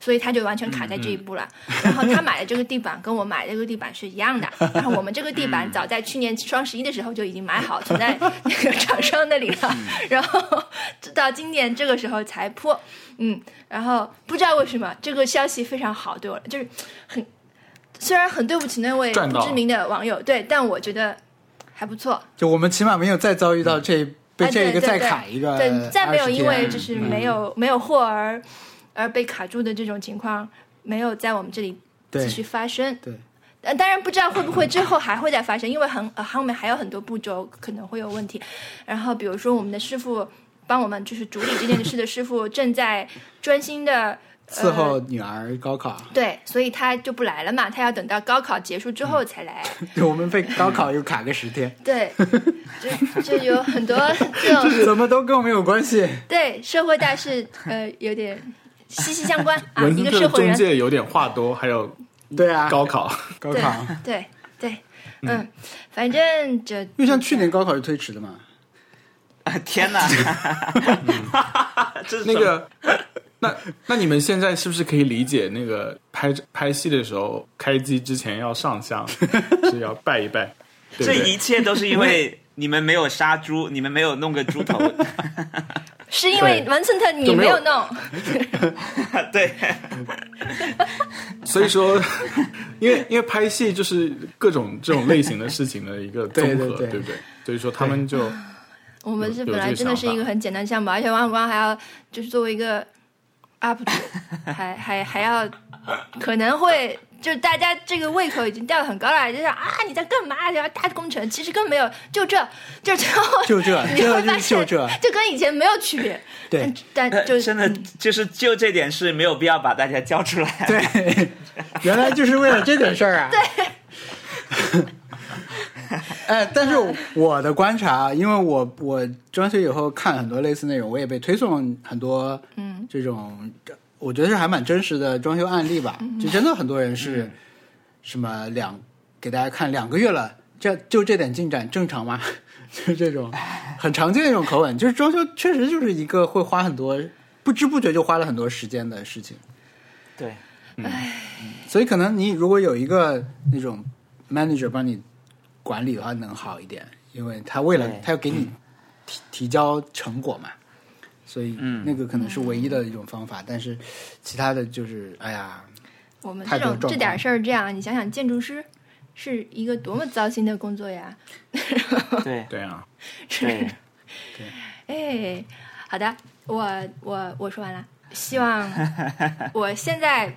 所以他就完全卡在这一步了。然后他买的这个地板跟我买的这个地板是一样的，然后我们这个地嗯板早在去年双十一的时候就已经买好，存在那个厂商那里了，嗯然后直到今年这个时候才铺，嗯，然后不知道为什么这个消息非常好对我，就是很虽然很对不起那位赚不到知名的网友，对，但我觉得还不错，就我们起码没有再遭遇到嗯这被哎这一对个对再对卡一个20天，嗯对，再没有因为就是没有、没有货而而被卡住的这种情况，没有在我们这里继对续发生。对呃，当然不知道会不会之后还会再发生，因为很呃后面还有很多步骤可能会有问题。然后比如说我们的师傅帮我们就是主理这件事的师傅正在专心的伺候女儿高考，对，所以他就不来了嘛，他要等到高考结束之后才来。就我们被高考又卡个十 天，对，就就有很多这种怎么都跟我们有关系。对社会大事，呃，有点息息相关啊，文一字个的社会中人，介有点话多，还有嗯对啊，高考，高对考，对对，嗯，反正这因为像去年高考是推迟的嘛，天 哪， 这是那什么个，那那你们现在是不是可以理解那个拍拍戏的时候，开机之前要上香，是要拜一拜，对这不一对？切都是因为你们没有杀猪，你们没有弄个 猪头，是因为对文森特你就没没有有弄，对，所以说，因为因为拍戏就是各种这种类型的事情的一个综对合，对对不对？所以说他们就我们是有本这来个真的想是一个法很简单的项目，而且王小光还要就是作为一 个 UP 主，还还还要可能会。就大家这个胃口已经掉得很高了，就想啊你在干嘛？要大工程，其实根本没有，就这，就这， 就这你会这就发是就现，这就跟以前没有区别。 对但但就 嗯真的就是就这点事没有必要把大家叫出来。对，原来就是为了这点事儿啊。对。 哎，但是我的观察，因为我我装修以后看很多类似内容，我也被推送很多，嗯，这种我觉得是还蛮真实的装修案例吧，就真的很多人是什么两给大家看两个月了，这就这点进展正常吗？ 就是这种很常见的一种口吻，就是装修确实就是一个会花很多不知不觉就花了很多时间的事情。对，所以可能你如果有一个那种 manager 帮你管理的话，能好一点，因为他为了对他要给你提提交成果嘛，所以那个可能是唯一的一种方法。但是其他的就是，哎呀，我们太这多种状这点况事儿，这样你想想，建筑师是一个多么糟心的工作呀！对对啊，对，哎，好的，我我我说完了，希望我现在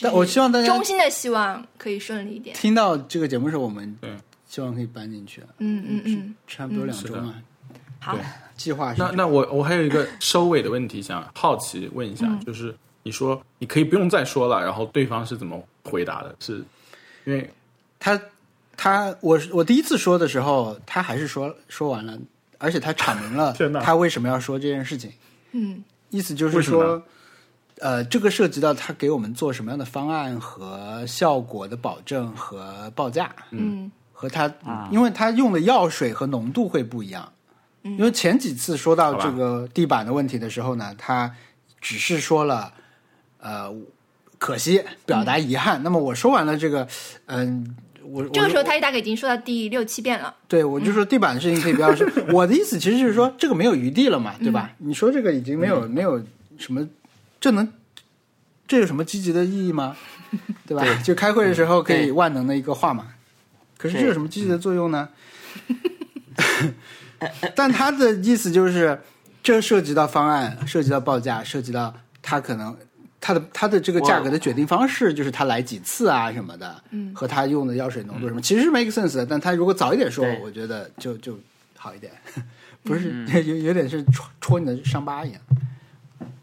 但我希望大家衷心的希望可以顺利一点。听到这个节目的时候，我们对希望可以搬进去，嗯嗯嗯，差不多两是周的嘛。好对计划是那那我我还有一个收尾的问题，想好奇问一下，就是你说你可以不用再说了，然后对方是怎么回答的？是因为他他我我第一次说的时候，他还是说说完了，而且他阐明了 天哪他为什么要说这件事情。嗯，意思就是为什么说，呃，这个涉及到他给我们做什么样的方案和效果的保证和报价。嗯，和他，啊因为他用的药水和浓度会不一样。嗯因为前几次说到好吧这个地板的问题的时候呢，他只是说了，呃，可惜，表达遗憾。那么我说完了这个，嗯、我我嗯这个时候他大概已经说到第六七遍了，对，我就说地板的事情可以不要说。我的意思其实就是说，这个没有余地了嘛，对吧？你说这个已经没有、没有什么，这能这有什么积极的意义吗？对吧？就开会的时候可以对万能的一个话嘛，可是这有什么积极的作用呢？ 但他的意思就是，这涉及到方案，涉及到报价，涉及到他可能他的他的这个价格的决定方式，就是他来几次啊什么的，嗯，和他用的药水浓度什么，其实是 make sense 的。但他如果早一点说对，我觉得就就好一点， 不是、有有点是戳戳你的伤疤一样。嗯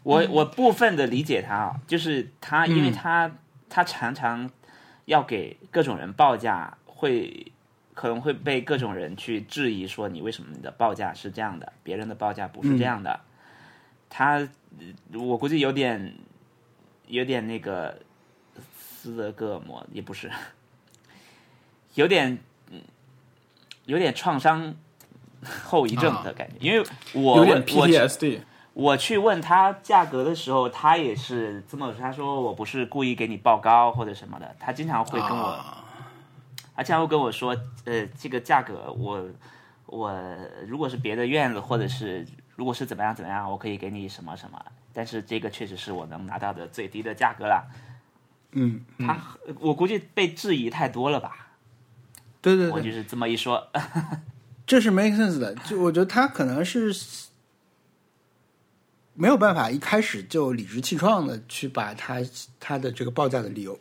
我我部分的理解他啊，就是他，因为他、他常常要给各种人报价，会可能会被各种人去质疑说你为什么你的报价是这样的，别人的报价不是这样的。嗯他呃我估计有点有点那个斯德哥尔摩也不是， 有点嗯有点创伤后遗症的感觉，因为我啊有点我我 PTSD，我去问他价格的时候，他也是这么说，他说我不是故意给你报高或者什么的，他经常会跟我，啊他经常会跟我说，呃，这个价格我我如果是别的院子或者是如果是怎么样怎么样，我可以给你什么什么，但是这个确实是我能拿到的最低的价格了。嗯，他我估计被质疑太多了吧，对对我对就，是这么一说，这是 make sense 的。就我觉得他可能是没有办法一开始就理直气壮的去把他他的这个报价的理由，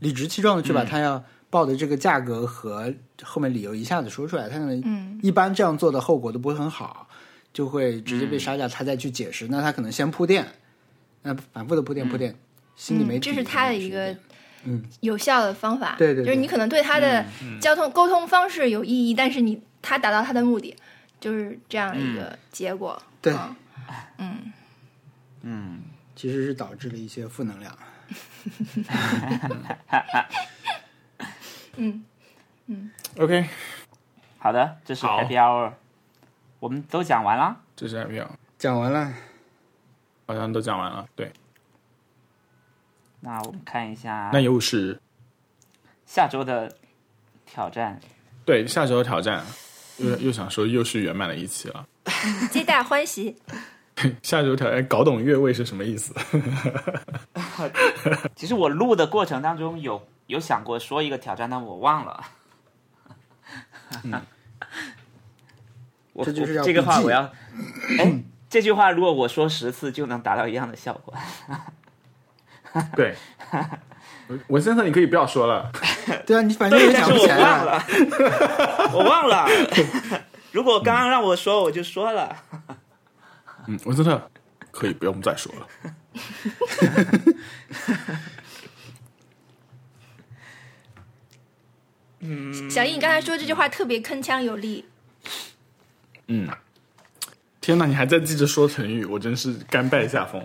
理直气壮的去嗯把他要报的这个价格和后面理由一下子说出来，他可嗯能一般这样做的后果都不会很好，就会直接嗯被杀价，他再去解释。那他可能先铺垫，那反复的铺垫铺垫，心里没嗯底、这是他的一个有效的方法。对对对就是你可能对他的交通沟通方式有异议，但是你他达到他的目的，就是这样一个结果。对，嗯嗯，其实是导致了一些负能量。 OK， 好的，这是好 Happy Hour，我们都讲完了，这是 m p 讲完了，好像都讲完了。对，那我们看一下那又是下周的挑战。对下周的挑战，又又想说又是圆满的一期了。皆大欢喜。下周挑战哎搞懂越位是什么意思？ 其实我录的过程当中有有想过说一个挑战，但我忘了。 嗯我这就是要我这个话笔记 我要，哎，这句话如果我说十次就能达到一样的效果。对，文森特，你可以不要说了。对啊，你反正也但讲是不我起来忘了。了， 我忘了。如果刚刚让我说，我就说了。嗯，文森特，可以不用再说了。小易，你刚才说这句话特别铿锵有力，嗯，天哪，你还在记着说成语，我真是甘拜下风。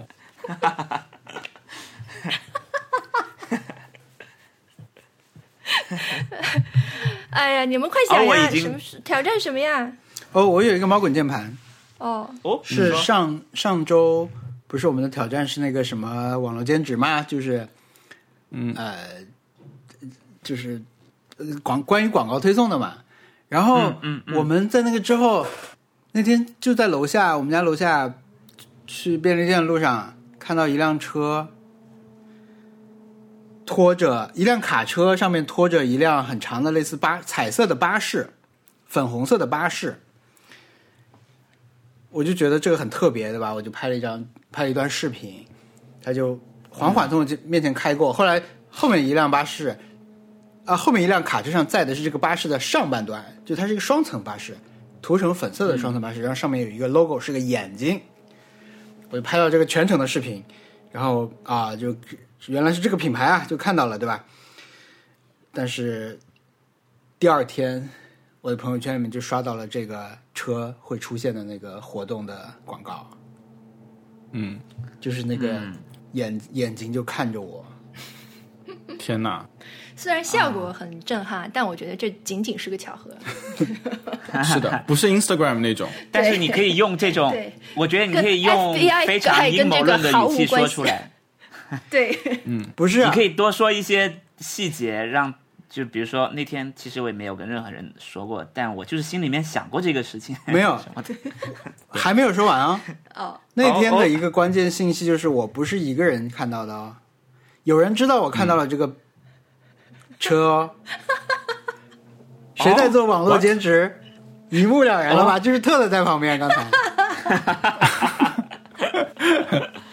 哎呀，你们快想啊我呀，已经什么是挑战什么呀？哦，我有一个毛滚键盘，哦，哦，你是说上上周不是我们的挑战是那个什么网络兼职吗？就是嗯，呃，就是呃广关于广告推送的嘛。然后，嗯我们在那个之后，那天就在楼下，我们家楼下去便利店的路上看到一辆车拖着一辆卡车，上面拖着一辆很长的类似巴彩色的巴士，粉红色的巴士。我就觉得这个很特别，对吧？我就拍了一张，拍了一段视频，他就缓缓从我这面前开过。后来后面一辆巴士啊，后面一辆卡车上载的是这个巴士的上半段，就它是一个双层巴士，涂成粉色的双层巴士，然后上面有一个 logo 是个眼睛。我就拍到这个全程的视频，然后啊，就原来是这个品牌啊，就看到了，对吧？但是第二天，我的朋友圈里面就刷到了这个车会出现的那个活动的广告，嗯，就是那个眼、眼睛就看着我，天哪，虽然效果很震撼，但我觉得这仅仅是个巧合。是 的，不是 Instagram 那种，但是你可以用这种对，我觉得你可以用跟 FBI 非常阴谋论的跟这个毫语无气说关系出来， 对，不是、你啊？可以多说一些细节，让就比如说那天其实我也没有跟任何人说过，但我就是心里面想过这个事情。没有什么的还没有说完啊。哦， 那天的一个关键信息就是，我不是一个人看到的哦，有人知道我看到了这个车哦。谁在做网络兼职？一目了然了吧？就是特特在旁边，刚才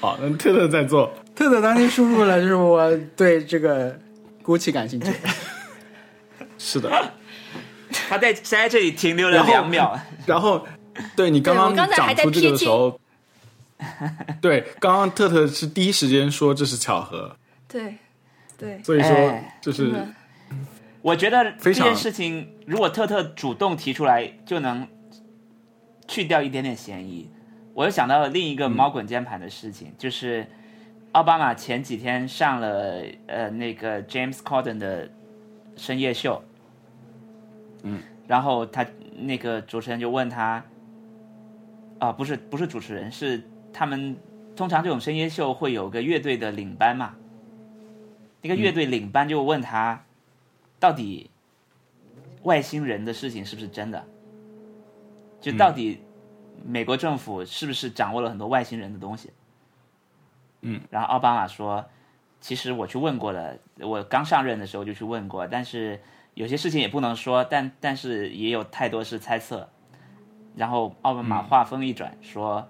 好，那特特在做，特特当天输入了，就是我对这个 GUCCI 感兴趣。是的，他在他在这里停留了两秒，然后对你刚对我刚才讲还在出这个贴的近时候，对，刚刚特特是第一时间说这是巧合，对，对，所以说哎就是嗯我觉得这非常件事情如果特特主动提出来，就能去掉一点点嫌疑。我又想到了另一个猫滚键盘的事情，就是奥巴马前几天上了呃那个 James Corden 的深夜秀，嗯，然后他那个主持人就问他，啊，不是不是主持人，是他们通常这种深夜秀会有个乐队的领班嘛，那个乐队领班就问他。到底外星人的事情是不是真的？就到底美国政府是不是掌握了很多外星人的东西？嗯，然后奥巴马说，其实我去问过了，我刚上任的时候就去问过，但是有些事情也不能说，但但是也有太多是猜测。然后奥巴马话锋一转说，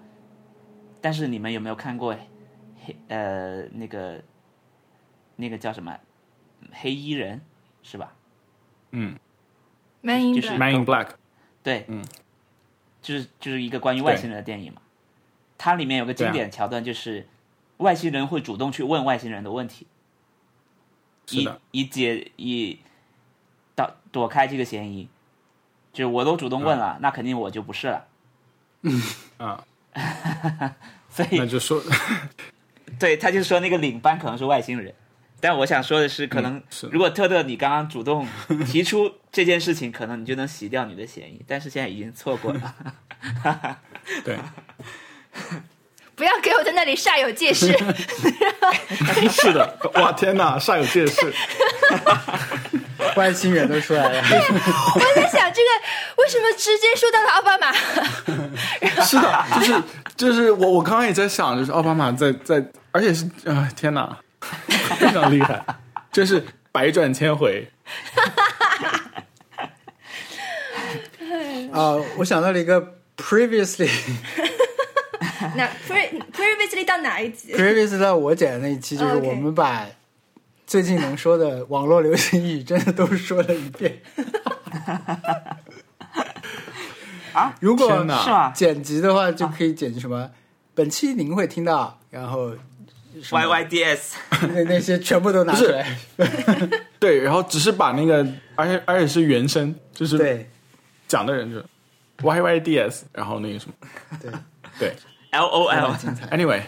但是你们有没有看过黑呃那个那个叫什么黑衣人是吧？蛮英就是的， Man in Black，对，嗯，就是就是一个关于外星人的电影嘛。它里面有个啊经典桥段，就是外星人会主动去问外星人的问题，是的，以以解以到躲开这个嫌疑。就是我都主动问了，那肯定我就不是了。嗯 啊，所以那就说 对，他就说那个领班可能是外星人，但我想说的是，可能、嗯是如果特特你刚刚主动提出这件事情，可能你就能洗掉你的嫌疑，但是现在已经错过 了。对，不要给我在那里煞有介 事。是的，哇，天哪，煞有介 事，外星人都出来了，我在想，这个为什么直接说到了奥巴马？是的，就是就是我我刚刚也在想，就是奥巴马在在，而且是啊、天哪， 非常厉害，真是百转千 回，啊、我想到了一个 previously 那 pre previously 到哪一集？ previous 到我剪的那一期，就是 OK 我们把最近能说的网络流行语真的都说了一遍。啊如果天哪是吗剪辑的话，就可以剪辑什么？本期您会听到，然后什么 Y Y D S，那那些全部都拿出来。 对，然后只是把那个，而且而且是原声，就是对讲的人就是 Y Y D S，然后那个什么，对， 对 L O 非 L，常精彩。 ，anyway，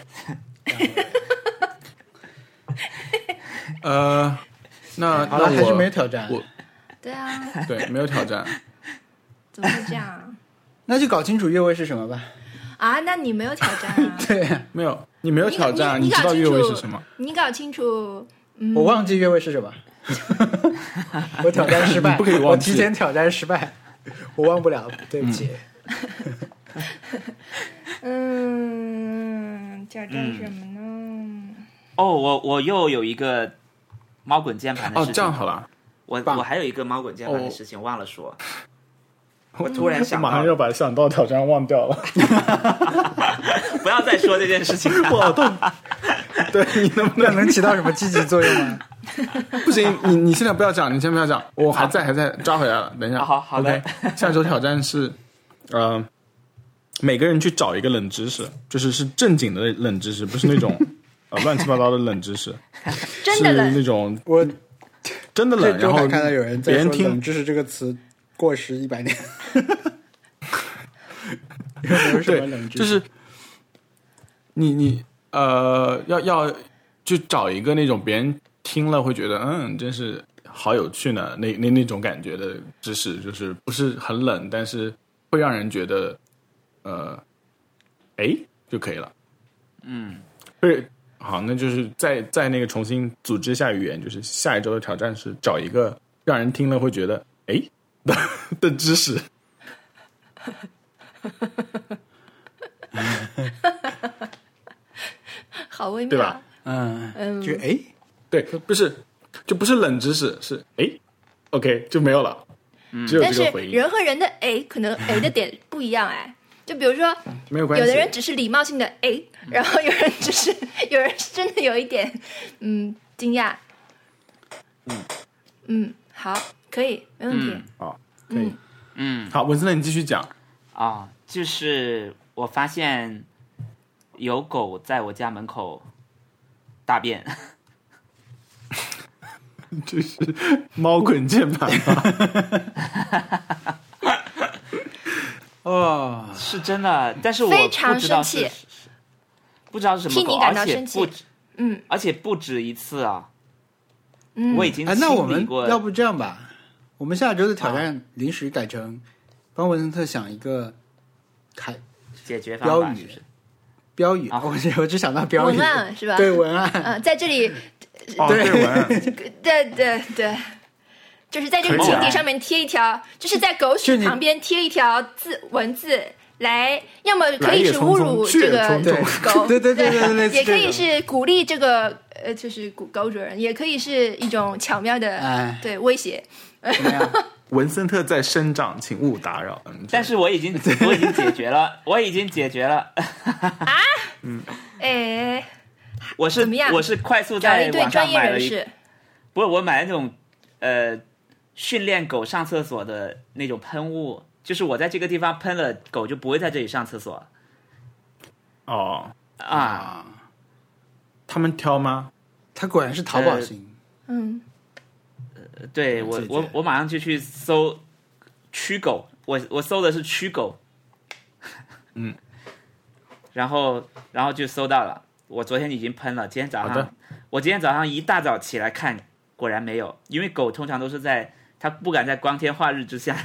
呃，那好了，那还我是没有挑战，我对啊，对没有挑战，怎么会这 样那就搞清楚越位是什 么吧。啊？那你没有挑战啊？对呀、没有，你没有挑战，你知搞道清越楚位是什么？？你搞清楚我忘记越位是 什么，我挑战失败，你不可以忘记我提前挑战失败，我忘不了，对不起。嗯，挑战什么呢？哦，我我又有一个猫滚键盘的哦事，情。这样好了，我棒我还有一个猫滚键盘的哦事情忘了说，我突然我想马到上，要把想到挑战忘掉了。 不要再说这件事情了。 对你能不能能起到什么积极作用 吗？不行，你你现在不要讲，你先 不要讲，我还在还在抓回来了，等一下。好好的 OK，下周挑战是，呃，每个人去找一个冷知识，就是是正经的冷知识，不是那 种呃乱七八糟的冷知识，真是的冷那种我真的这冷。然周后还看到有人别在人说“听冷知识”这个词过时一百年， 有没有什么冷知识？就是你你呃，要要就找一个那种别人听了会觉得嗯，真是好有趣呢，那那那种感觉的知识，就是不是很冷，但是会让人觉得呃，哎就可以了。嗯，对，好，那就是再再那个重新组织一下语言，就是下一周的挑战是找一个让人听了会觉得哎 的的知识。好微妙，对吧嗯，就哎，对，不是，就不是冷知识，是哎，OK 就没有了，嗯只有但这是个回应，人和人的哎，可能哎的点不一样哎。就比如说，没嗯有关有系。嗯的人只是礼貌性的哎， 然后有人只是有人是真的有一点嗯惊讶，嗯嗯，好，可以，没问题。嗯啊，可以，嗯好，文森特你继续讲，啊、就是我发现有狗在我家门口大便，这是猫滚键盘吗？ 哦，是真的，但是我非常不知道是生气是是不知道是什么替狗，你感到而且生气不止，嗯，而且不止一次啊。嗯，我已经哎，清那我理们过，要不这样吧，我们下周的挑战临时改成帮文森特想一个开解决方标法，语是不是？标语，啊我只我只想到标语文，案是吧？对文案，嗯，在这里，哦，对，文 案，对对对，就是在这个可以井啊底上面贴一条，就是在狗啊就屎你旁边贴一条字文字来，要么可来以也是匆侮匆辱去这也个匆匆狗， 对对对对对类似也可这以种是鼓励这个呃，就是狗狗主人，也可以是一种巧妙的哎，对威胁。怎么样？文森特在生长，请勿打扰。嗯但是我已经 我已经解决了，我已经解决了。哎，我是怎么样我是快速找了在一对网专上业买人了一，士，不是我买那种呃训练狗上厕所的那种喷雾，就是我在这个地方喷了，狗就不会在这里上厕所哦，啊。他们挑吗？他果然是淘宝型，嗯，对我解决我我马上就去搜驱狗，我我搜的是驱狗，嗯， 然后然后就搜到了。我昨天已经喷了，今天早好的上我今天早上一大早起来看，果然没有，因为狗通常都是在它不敢在光天化日之下，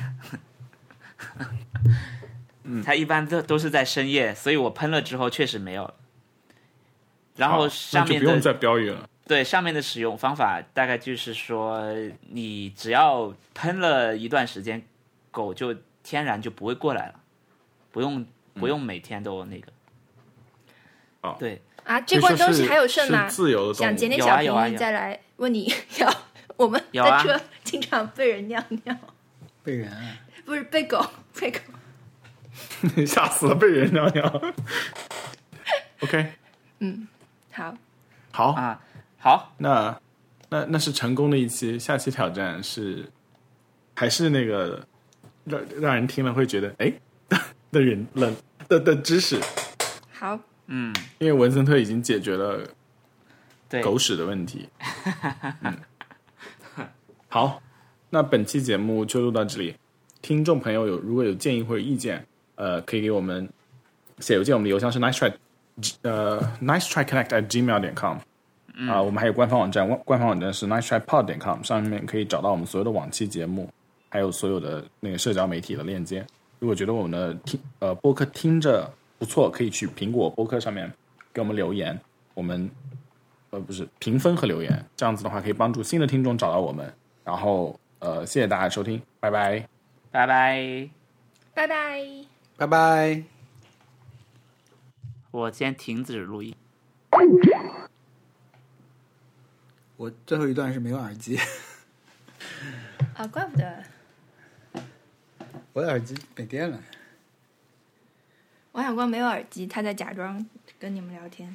嗯， 它一般都都是在深夜，所以我喷了之后确实没有。然好后那上面就的不用再标语了。对上面的使用方法，大概就是说，你只要喷了一段时间，狗就天然就不会过来了，嗯不用不用每天都那个。哦对，啊，这罐所以东说是西还有剩吗是？自由的动想捡 物，点有小啊便宜、有啊有再来问你要， 我们有啊的车经常被人尿尿，被人爱。不是被狗被狗。吓死了，被人尿 尿。OK，好，好，啊，好，那那那是成功的一期，下期挑战是还是那个让让人听了会觉得哎 的人冷的的知识，好，嗯，因为文森特已经解决了对，狗屎的问题。 嗯，好，那本期节目就录到这里。听众朋友有如果有建议或者意见，呃，可以给我们写邮件，我们的邮箱是 nice try 呃 nice try connect at gmail 点 com。啊、我们还有官方网站，官官方网站是 nice try pod 点 com，上面可以找到我们所有的往期节目，还有所有的那个社交媒体的链接。如果觉得我们的听呃播客听着不错，可以去苹果播客上面给我们留言，我们呃不是评分和留言，这样子的话可以帮助新的听众找到我们。然后呃，谢谢大家收听，拜拜。拜拜。拜拜。拜拜。我先停止录音。我最后一段是没有耳机，啊，怪不得我的耳机没电了。王小光没有耳机，他在假装跟你们聊天。